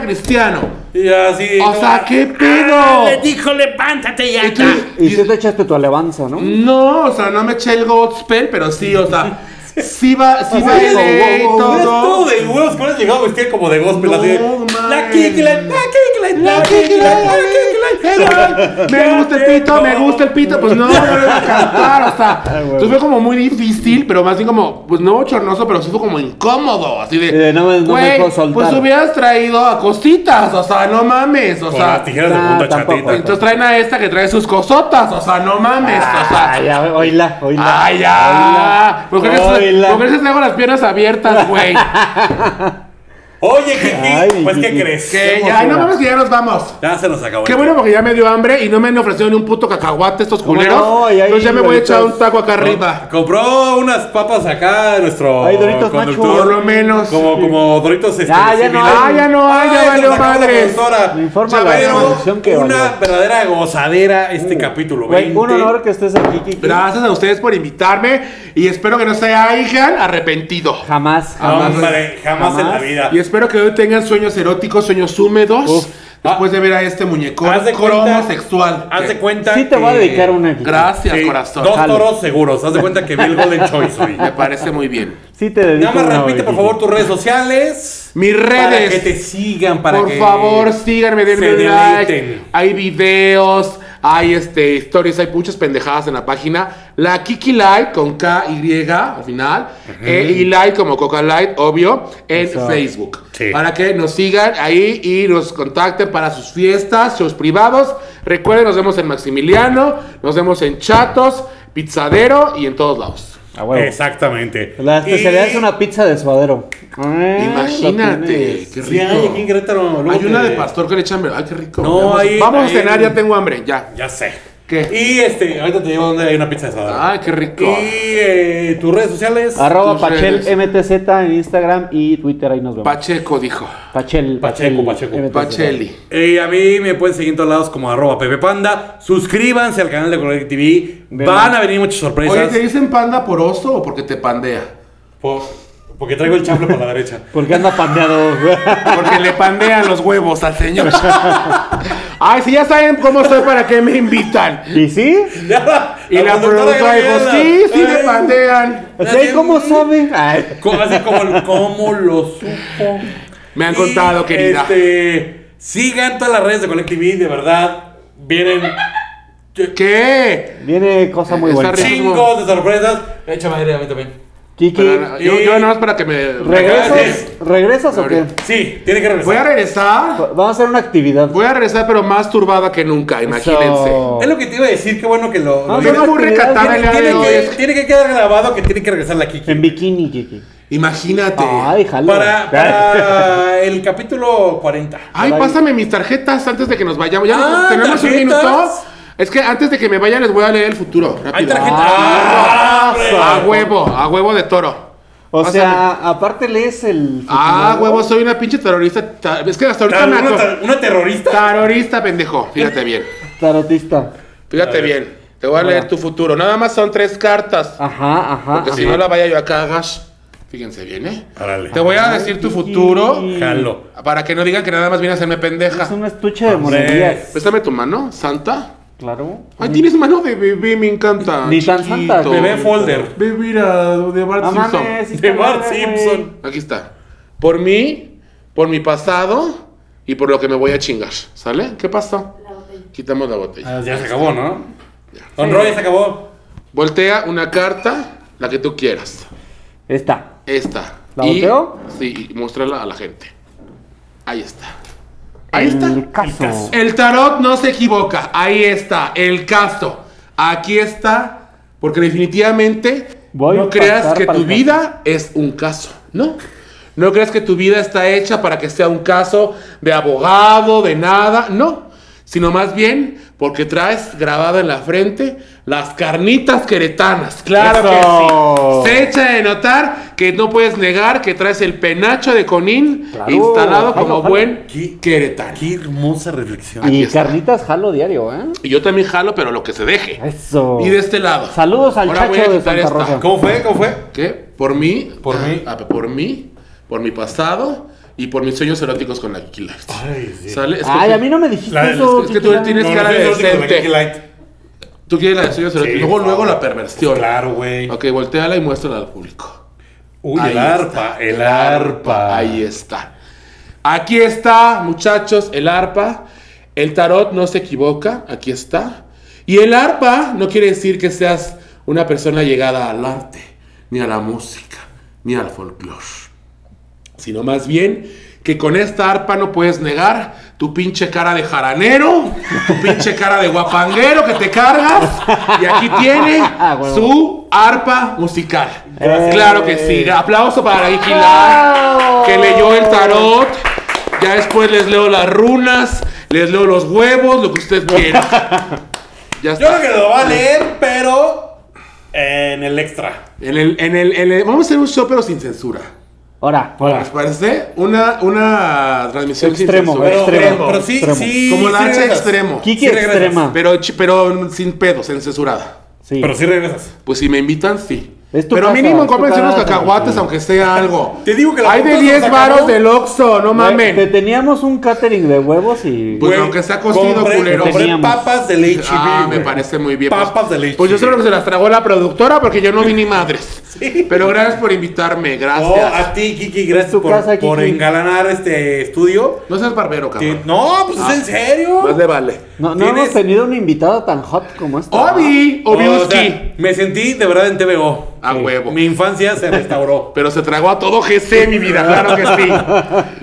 Speaker 4: cristiano.
Speaker 3: Y así.
Speaker 4: O
Speaker 3: no, Ah,
Speaker 4: sea, ¿qué pedo?
Speaker 3: Le dijo, levántate ya.
Speaker 4: Entonces,
Speaker 2: Y si te echaste tu alabanza, ¿no?
Speaker 4: no, o sea, no me eché el Godspell, pero sí, o sea, sí va, sí va
Speaker 2: wow,
Speaker 4: y
Speaker 2: wow, wow,
Speaker 3: Hubieras
Speaker 4: todo.
Speaker 3: todo de huevos, hubieras llegado vestido como de gospel.
Speaker 4: No,
Speaker 3: así de,
Speaker 4: man.
Speaker 3: la kikla, la kikla,
Speaker 4: La kikla, la kikla, Me gusta el pito, me gusta el pito, pues no, no lo iba a cantar, o
Speaker 2: Ah,
Speaker 4: sea. Entonces fue como muy difícil, pero más bien como, pues no bochornoso, pero sí fue como incómodo, así
Speaker 2: Sí, de
Speaker 4: de.
Speaker 2: no me- no me
Speaker 4: "Güey,
Speaker 2: puedo soltar".
Speaker 4: Pues hubieras traído a cositas, o sea, no mames, o
Speaker 3: Con
Speaker 4: sea.
Speaker 3: las tijeras de
Speaker 2: nah,
Speaker 3: punta
Speaker 2: tampoco.
Speaker 3: chatita.
Speaker 4: Entonces traen a esta que trae sus cosotas, o sea, no mames, o sea.
Speaker 2: Ay, Ah, ya, oíla, oíla.
Speaker 4: ¡Ay, ya! ¿Por qué
Speaker 2: Oíla.
Speaker 4: se- por qué se traigo las piernas abiertas, güey?
Speaker 3: Oye, Kiki,
Speaker 2: Ay,
Speaker 3: pues ¿qué
Speaker 2: Kiki.
Speaker 3: crees?
Speaker 4: Que
Speaker 2: Qué
Speaker 4: ya, ay, no
Speaker 2: emoción.
Speaker 4: mames, que ya nos vamos.
Speaker 3: Ya se nos acabó.
Speaker 4: Qué
Speaker 3: el
Speaker 4: bueno
Speaker 3: tiempo.
Speaker 4: porque ya me dio hambre y no me han ofrecido ni un puto cacahuate estos
Speaker 2: ¿Cómo
Speaker 4: culeros.
Speaker 2: no? Y ahí,
Speaker 4: Entonces ya me voy a
Speaker 2: Doritos.
Speaker 4: echar un taco acá arriba.
Speaker 3: Compró unas papas acá nuestro
Speaker 2: Ay, Doritos Nacho.
Speaker 4: Por lo menos.
Speaker 3: Como, como Doritos este,
Speaker 2: Ya, ya no
Speaker 3: similares.
Speaker 2: hay. Ah,
Speaker 4: ya no hay,
Speaker 3: Ay,
Speaker 4: ya
Speaker 3: se
Speaker 4: valió
Speaker 3: nos acabó la
Speaker 4: madres.
Speaker 3: productora.
Speaker 2: Me informa la
Speaker 3: Chavero,
Speaker 2: producción que
Speaker 3: una
Speaker 2: valió. Mm.
Speaker 3: verdadera gozadera este capítulo.
Speaker 2: Güey,
Speaker 3: 20.
Speaker 2: un honor que estés aquí, Kiki.
Speaker 4: Gracias a ustedes por invitarme y espero que no se hayan arrepentido.
Speaker 2: Jamás,
Speaker 3: No,
Speaker 2: jamás.
Speaker 3: hombre, jamás, en la vida.
Speaker 4: Y espero que hoy tengan sueños eróticos, sueños húmedos.
Speaker 2: Uf.
Speaker 4: Después de ver a este muñeco
Speaker 3: Haz de cuenta-
Speaker 4: cromosexual.
Speaker 3: Haz de
Speaker 4: Que-
Speaker 3: cuenta.
Speaker 2: Sí te voy a
Speaker 3: que-
Speaker 2: dedicar una, Kiki.
Speaker 4: Gracias,
Speaker 3: Sí,
Speaker 4: corazón.
Speaker 3: Dos
Speaker 2: Jalo.
Speaker 3: toros seguros. Haz de cuenta que vi el Golden Choice hoy.
Speaker 4: Me parece muy bien.
Speaker 2: Sí te dedico
Speaker 3: Nada más
Speaker 2: una,
Speaker 3: repite,
Speaker 2: güey,
Speaker 3: por
Speaker 2: Kiki.
Speaker 3: favor, tus redes sociales.
Speaker 4: Mis
Speaker 3: Para que
Speaker 4: redes.
Speaker 3: te sigan, para
Speaker 4: Por
Speaker 3: que
Speaker 4: favor, síganme, denme
Speaker 3: se
Speaker 4: un like.
Speaker 3: deleiten.
Speaker 4: Hay videos, hay este, historias, hay muchas pendejadas en la página. La Kiki Light con K Y al final. eh, y Light como Coca Light, obvio, en
Speaker 2: Eso.
Speaker 4: Facebook.
Speaker 3: Sí.
Speaker 4: Para que nos sigan ahí y nos contacten para sus fiestas, sus privados. Recuerden, nos vemos en Maximiliano, nos vemos en Chatos, Pizzadero y en todos lados.
Speaker 2: A Ah, huevo.
Speaker 3: Exactamente.
Speaker 2: La especialidad
Speaker 3: Y-
Speaker 2: es una pizza de suadero. Ay, lo
Speaker 4: Imagínate,
Speaker 2: tienes.
Speaker 4: qué
Speaker 3: Sí, hay aquí en
Speaker 4: rico.
Speaker 3: Querétaro. luego
Speaker 4: Hay una
Speaker 3: te-
Speaker 4: de pastor que le echan, ay, qué rico.
Speaker 3: No,
Speaker 4: vamos
Speaker 3: hay-
Speaker 4: vamos a
Speaker 3: hay-
Speaker 4: cenar, ya tengo hambre, ya.
Speaker 3: Ya sé.
Speaker 4: ¿Qué?
Speaker 3: Y este, ahorita te digo dónde hay una pizza de salada.
Speaker 4: Ay, qué rico.
Speaker 3: Y eh, tus redes sociales.
Speaker 2: Arroba
Speaker 4: Tus
Speaker 2: Pachel
Speaker 4: redes.
Speaker 2: MTZ en Instagram y Twitter, ahí nos vemos.
Speaker 4: Pacheco dijo.
Speaker 2: Pachel.
Speaker 3: Pacheco, Pacheco.
Speaker 2: MTZ.
Speaker 4: Pacheli.
Speaker 3: Y a mí me pueden seguir en todos lados como arroba pepepanda. Suscríbanse al canal de Color TV.
Speaker 2: Verdad.
Speaker 3: Van a venir muchas sorpresas.
Speaker 4: Oye, ¿te dicen panda por oso o porque te pandea?
Speaker 3: Por- porque traigo el chample por la derecha.
Speaker 2: Porque anda pandeado.
Speaker 4: Porque le pandean los huevos al señor. Ay, si ya saben cómo soy, ¿para qué me invitan?
Speaker 2: ¿Y sí?
Speaker 4: Y la, productora dijo, sí, sí me pandean.
Speaker 2: O sea, ¿y ¿Cómo sabe? Ay.
Speaker 3: Co- Así como, como lo supo.
Speaker 4: Me han
Speaker 3: Y,
Speaker 4: contado, querida.
Speaker 3: Este, sigan todas las redes de Collective, de verdad. Vienen
Speaker 4: ¿Qué?
Speaker 2: Viene cosa muy
Speaker 4: Está
Speaker 2: buena.
Speaker 4: rico.
Speaker 3: chingos de sorpresas. Échame aire a mí también.
Speaker 2: Kiki,
Speaker 4: Pero, yo, yo nada más para que me...
Speaker 2: ¿regresas? ¿Regresas o qué?
Speaker 3: Sí, tiene que regresar.
Speaker 4: Voy a regresar.
Speaker 2: Vamos a hacer una actividad.
Speaker 4: Voy a regresar, pero más turbada que nunca, imagínense.
Speaker 2: Eso.
Speaker 3: Es lo que te iba a decir, qué bueno que lo.
Speaker 2: Ah,
Speaker 3: lo
Speaker 2: no,
Speaker 4: Yo
Speaker 3: digas.
Speaker 4: no muy recatada el día de
Speaker 3: tiene,
Speaker 4: hoy.
Speaker 3: que, tiene que quedar grabado que tiene que regresar la Kiki.
Speaker 2: En bikini, Kiki.
Speaker 4: Imagínate.
Speaker 2: Ay, jalo.
Speaker 3: Para, para el capítulo 40.
Speaker 4: Ay,
Speaker 2: Caray.
Speaker 4: pásame mis tarjetas antes de que nos vayamos. Ya nos-
Speaker 3: Ah,
Speaker 4: tenemos
Speaker 3: ¿tarjetas?
Speaker 4: un minuto. Es que antes de que me vaya les voy a leer el futuro. Rápido.
Speaker 3: Hay tarjeta.
Speaker 2: Ah,
Speaker 3: ¡Ah, hombre!
Speaker 4: A huevo, a huevo de toro.
Speaker 2: O
Speaker 4: Pásame.
Speaker 2: sea, aparte lees el.
Speaker 4: Ah, huevo, soy una pinche terrorista. ta- Es que hasta ahorita
Speaker 3: Tar-
Speaker 4: naco.
Speaker 3: ¿Una, tar- una terrorista?
Speaker 4: Terrorista, pendejo. Fíjate bien.
Speaker 2: Tarotista.
Speaker 4: Fíjate bien. Te voy a leer tu futuro. Nada más son tres cartas.
Speaker 2: Ajá, ajá.
Speaker 4: Porque si
Speaker 2: Ah, ajá.
Speaker 4: no la vaya yo acá, hagas. Fíjense bien, ¿eh?
Speaker 3: Árale.
Speaker 4: Te voy a decir tu futuro
Speaker 3: Jalo.
Speaker 4: para que no digan que nada más viene a hacerme pendeja.
Speaker 2: Es un estuche
Speaker 4: Ah,
Speaker 2: de monerías.
Speaker 4: Préstame tu mano, Santa.
Speaker 2: Claro.
Speaker 4: pues. Ay, tienes mano de bebé, me encanta.
Speaker 2: Ni tan
Speaker 4: Chiquito.
Speaker 2: santa.
Speaker 3: Bebé folder.
Speaker 4: Ve, mira, de Bart
Speaker 2: No
Speaker 4: Simpson.
Speaker 2: mames, sí
Speaker 3: De
Speaker 2: está
Speaker 3: Bart
Speaker 2: padre, güey.
Speaker 3: Simpson.
Speaker 4: Aquí está. Por mí, por mi pasado y por lo que me voy a chingar. ¿Sale? ¿Qué pasó? Quitamos la botella.
Speaker 3: Ah, ya se acabó, ¿no? Don Roy ya se acabó.
Speaker 4: Voltea una carta, la que tú quieras.
Speaker 2: Está.
Speaker 4: Esta.
Speaker 2: ¿La
Speaker 4: Y-
Speaker 2: volteo?
Speaker 4: Sí, y muéstrala a la gente. Ahí está. Ahí está.
Speaker 2: El caso.
Speaker 4: El tarot no se equivoca. Ahí está, el caso. Aquí está, porque definitivamente
Speaker 2: Voy
Speaker 4: no
Speaker 2: a
Speaker 4: creas
Speaker 2: pasar
Speaker 4: que
Speaker 2: para
Speaker 4: tu
Speaker 2: el caso.
Speaker 4: vida es un caso, ¿no? No creas que tu vida está hecha para que sea un caso de abogado, de nada, no, sino más bien porque traes grabada en la frente las carnitas queretanas. Claro
Speaker 2: Eso.
Speaker 4: que sí. Se echa de notar que no puedes negar que traes el penacho de Conín
Speaker 2: Claro.
Speaker 4: instalado
Speaker 2: Jalo,
Speaker 4: como
Speaker 2: jalo.
Speaker 4: buen
Speaker 3: Qué-
Speaker 4: queretano.
Speaker 3: Qué hermosa reflexión.
Speaker 4: Aquí
Speaker 2: Y
Speaker 4: está.
Speaker 2: carnitas jalo diario, ¿eh?
Speaker 4: Y yo también jalo, pero lo que se deje.
Speaker 2: Eso.
Speaker 4: Y de este lado.
Speaker 2: Oh. Saludos al
Speaker 4: Ahora voy a
Speaker 2: Chacho de
Speaker 4: quitar
Speaker 2: Santa
Speaker 4: esta.
Speaker 2: Rosa.
Speaker 3: ¿Cómo fue? ¿Cómo fue?
Speaker 4: ¿Qué? Por mí.
Speaker 3: Por mí.
Speaker 4: Ah, por mí. Por mi pasado. Y por mis sueños eróticos con la Killer.
Speaker 3: Ay, sí.
Speaker 4: ¿Sale? Es que
Speaker 2: Ay,
Speaker 4: tú-
Speaker 2: a mí no me dijiste
Speaker 3: La-
Speaker 2: eso.
Speaker 4: es que tú
Speaker 2: Chiquilán.
Speaker 4: tienes-
Speaker 3: No,
Speaker 4: cara
Speaker 3: no,
Speaker 4: de
Speaker 3: no, digo, la
Speaker 4: decente.
Speaker 3: Kiki Light.
Speaker 4: Tú quieres la de sueños eróticos.
Speaker 3: Sí,
Speaker 4: luego,
Speaker 3: por
Speaker 4: luego
Speaker 3: favor.
Speaker 4: la perversión.
Speaker 3: Claro, güey.
Speaker 4: Ok, volteala y muéstrala al público.
Speaker 3: Uy,
Speaker 4: Ahí
Speaker 3: el
Speaker 4: está,
Speaker 3: arpa, el arpa.
Speaker 4: Ahí está. Aquí está, muchachos, el arpa. El tarot no se equivoca. Aquí está. Y el arpa no quiere decir que seas una persona llegada al arte, ni a la música, ni al folclore. Sino más bien que con esta arpa no puedes negar tu pinche cara de jaranero, tu pinche cara de guapanguero que te cargas. Y aquí tiene
Speaker 2: Huevo.
Speaker 4: su arpa musical.
Speaker 2: Gracias.
Speaker 4: Claro que
Speaker 3: Eh,
Speaker 4: sí. Aplauso para Vicky Lar, que leyó el tarot. Ya después les leo las runas, les leo los huevos, lo que usted quiera.
Speaker 3: Yo
Speaker 4: Ya está.
Speaker 3: creo que lo va a leer, pero en el extra.
Speaker 4: En el, en el- en el- vamos a hacer un show, pero sin censura.
Speaker 2: Ahora, ahora.
Speaker 4: ¿Les parece? Una, una transmisión
Speaker 2: Extremo,
Speaker 4: sin
Speaker 2: güey,
Speaker 4: censura.
Speaker 3: Pero,
Speaker 2: extremo,
Speaker 3: pero, pero sí,
Speaker 2: extremo.
Speaker 3: sí.
Speaker 4: Como
Speaker 3: sí
Speaker 4: la H
Speaker 3: regresas.
Speaker 4: extremo.
Speaker 2: Kiki
Speaker 3: Sí regresas.
Speaker 2: extrema.
Speaker 4: Pero, chi- pero sin pedos, sin censurada.
Speaker 2: Sí.
Speaker 3: Pero sí regresas.
Speaker 4: Pues si me invitan, sí.
Speaker 2: Es tu
Speaker 4: Pero
Speaker 2: casa, es
Speaker 4: mínimo
Speaker 2: tu
Speaker 4: cómprense unos
Speaker 2: casa,
Speaker 4: cacahuates,
Speaker 2: sí.
Speaker 4: aunque sea algo.
Speaker 3: Te digo que la
Speaker 4: Hay de
Speaker 3: puta se
Speaker 4: 10
Speaker 3: nos
Speaker 4: varos
Speaker 3: acabó.
Speaker 4: del Oxxo, no mamen.
Speaker 2: Te teníamos un catering de huevos y.
Speaker 4: Pues aunque sea cocido,
Speaker 3: compré,
Speaker 4: culero.
Speaker 3: Compré
Speaker 2: Teníamos.
Speaker 3: papas de leche.
Speaker 4: Ah, me parece muy bien.
Speaker 3: Papas de leche.
Speaker 4: Pues yo solo que se las tragó la productora porque yo no vi ni madres.
Speaker 3: Sí.
Speaker 4: Pero gracias por invitarme,
Speaker 3: No,
Speaker 4: gracias.
Speaker 3: a ti, Kiki,
Speaker 2: Es
Speaker 3: gracias
Speaker 2: tu
Speaker 3: por,
Speaker 2: casa,
Speaker 3: por
Speaker 2: Kiki.
Speaker 3: engalanar este estudio.
Speaker 4: No seas barbero,
Speaker 3: Que-
Speaker 4: cabrón.
Speaker 3: no, pues es en serio.
Speaker 4: Más le vale.
Speaker 2: no no hemos
Speaker 3: tienes-
Speaker 2: tenido un invitado tan hot como este.
Speaker 4: Obi,
Speaker 3: O
Speaker 4: Obiuski.
Speaker 3: sea, me sentí de verdad en TVO.
Speaker 4: a huevo.
Speaker 3: Mi infancia se restauró.
Speaker 4: Pero se tragó a todo GC, mi vida, claro que sí.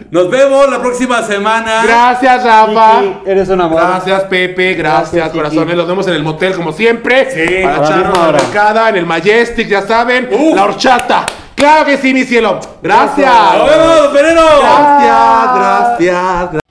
Speaker 3: Nos vemos la próxima semana.
Speaker 4: Gracias, Rafa.
Speaker 2: Kiki, eres un amor.
Speaker 4: Gracias, Pepe. Gracias,
Speaker 2: Gracias,
Speaker 4: corazones.
Speaker 2: Kiki.
Speaker 4: Los vemos en el motel, como siempre.
Speaker 3: Sí,
Speaker 4: Para
Speaker 2: a la
Speaker 4: echarnos
Speaker 2: misma
Speaker 4: la
Speaker 2: hora.
Speaker 4: mercada, en el Majestic, ya saben.
Speaker 3: Uf.
Speaker 4: La horchata. Claro que sí, mi cielo. Gracias.
Speaker 3: Nos vemos, los venenos.
Speaker 2: Ah.
Speaker 4: Gracias, gracias. gracias.